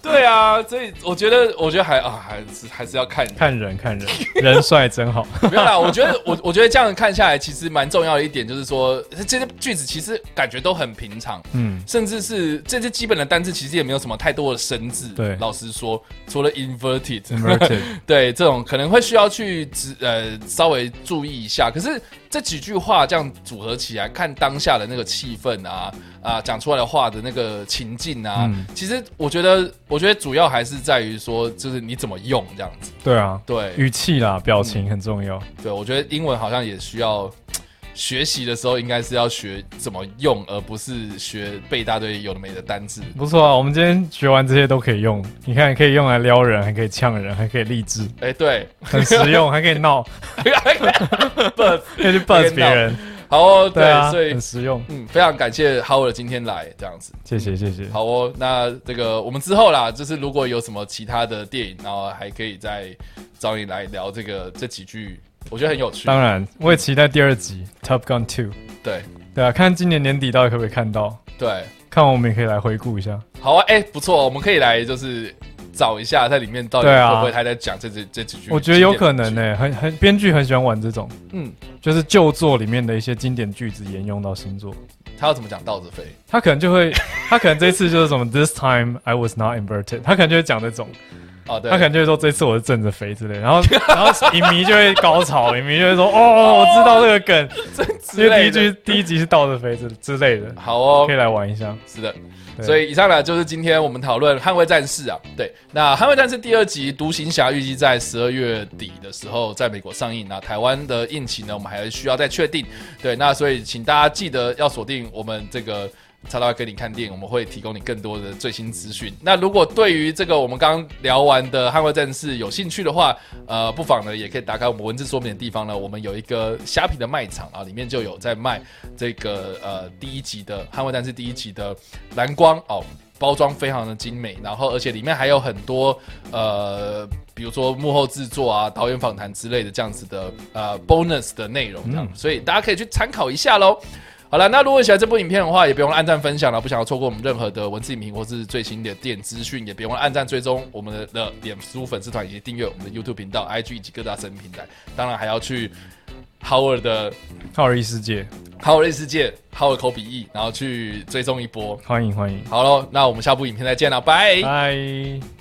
A: 对啊，所以我觉得，我觉得还啊，还是还是要看
B: 看人，看 人，人帅真好。
A: 没有啦，我觉得我我觉得这样看下来，其实蛮重要的一点就是说，这些句子其实感觉都很平常，
B: 嗯，
A: 甚至是这些基本的单字，其实也没有什么太多的生字。
B: 对
A: 老实说，除了 inverted，,
B: Inverted
A: 对这种可能会需要去指呃稍微注意一下。可是这几句话这样组合起来，看当下的那个气氛啊啊，讲出来的话的那个情境啊，
B: 嗯
A: 其实我觉得我觉得主要还是在于说，就是你怎么用这样子。
B: 对啊，
A: 对嗯
B: 语气啦，表情很重要。
A: 对，我觉得英文好像也需要学习的时候，应该是要学怎么用，而不是学背一大堆有的没的单 字。
B: 不错啊，我们今天学完这些都可以用。你看，可以用来撩人，还可以呛人，还可以励志，
A: 哎， 对，
B: 很实用，还可以 闹，
A: Buzz
B: 可以去 buzz 别人。
A: 好哦，
B: 对啊，
A: 所以
B: 很实用。
A: 嗯，非常感谢 Howard 今天来这样子。
B: 谢谢，谢谢。
A: 好哦，那这个我们之后啦，就是如果有什么其他的电影，然后还可以再找你来聊这个这几句，我觉得很有趣。
B: 当然，我也期待第二集《Top Gun Two》。
A: 对
B: 对啊，看今年年底到底可不可以看到？
A: 对，
B: 看完我们也可以来回顾一下。
A: 好啊，哎，不错哦，我们可以来就是找一下在里面到底
B: 对啊
A: 会不会他在讲这这这几句。
B: 我觉得有可
A: 经典
B: 能欸
A: 的
B: 呢、很很编剧很喜欢玩这种，
A: 句，嗯，
B: 就是旧作里面的一些经典句子沿用到新作。
A: 他要怎么讲倒着飞？
B: 他可能就会，他可能这次就是什么 “This time I was not inverted”，他可能就会讲这种，
A: 哦，对，
B: 他可能就会说这次我是正着飞之类，然后 然后影迷就会高潮，影迷就会说哦，我知道这个梗，因为第一
A: 之类
B: 句第一集是倒着飞之之类的，
A: 好哦
B: 可以，来玩一下。
A: 是的。
B: 对
A: 所以以上呢，就是今天我们讨论《捍卫战士》啊，对，那《捍卫战士》第二集《独行侠》预计在十二月底的时候在美国上映，那台湾的映期呢，我们还需要再确定。对，那所以请大家记得要锁定我们这个。插到跟你看电影，我们会提供你更多的最新资讯。那如果对于这个我们刚刚聊完的《捍卫战士》有兴趣的话，呃，不妨呢也可以打开我们文字说明的地方呢，我们有一个虾皮的卖场啊，里面就有在卖这个呃第一集的《捍卫战士》第一集的蓝光哦，包装非常的精美，然后而且里面还有很多呃，比如说幕后制作啊、导演访谈之类的这样子的呃 bonus 的内容，这样，所以大家可以去参考一下喽。好了，那如果喜欢这部影片的话，也别忘了按赞分享了。不想要错过我们任何的文字影评或是最新的电影资讯，也别忘了按赞追踪我们的的脸书粉丝团以及订阅我们的 YouTube 频道、IG 以及各大声音平台。当然还要去 Howard 的
B: 浩尔异世界，
A: Howard 的世界、Howard 口笔译，然后去追踪一波。
B: 欢迎欢迎，
A: 好喽，那我们下部影片再见了，拜。
B: 拜。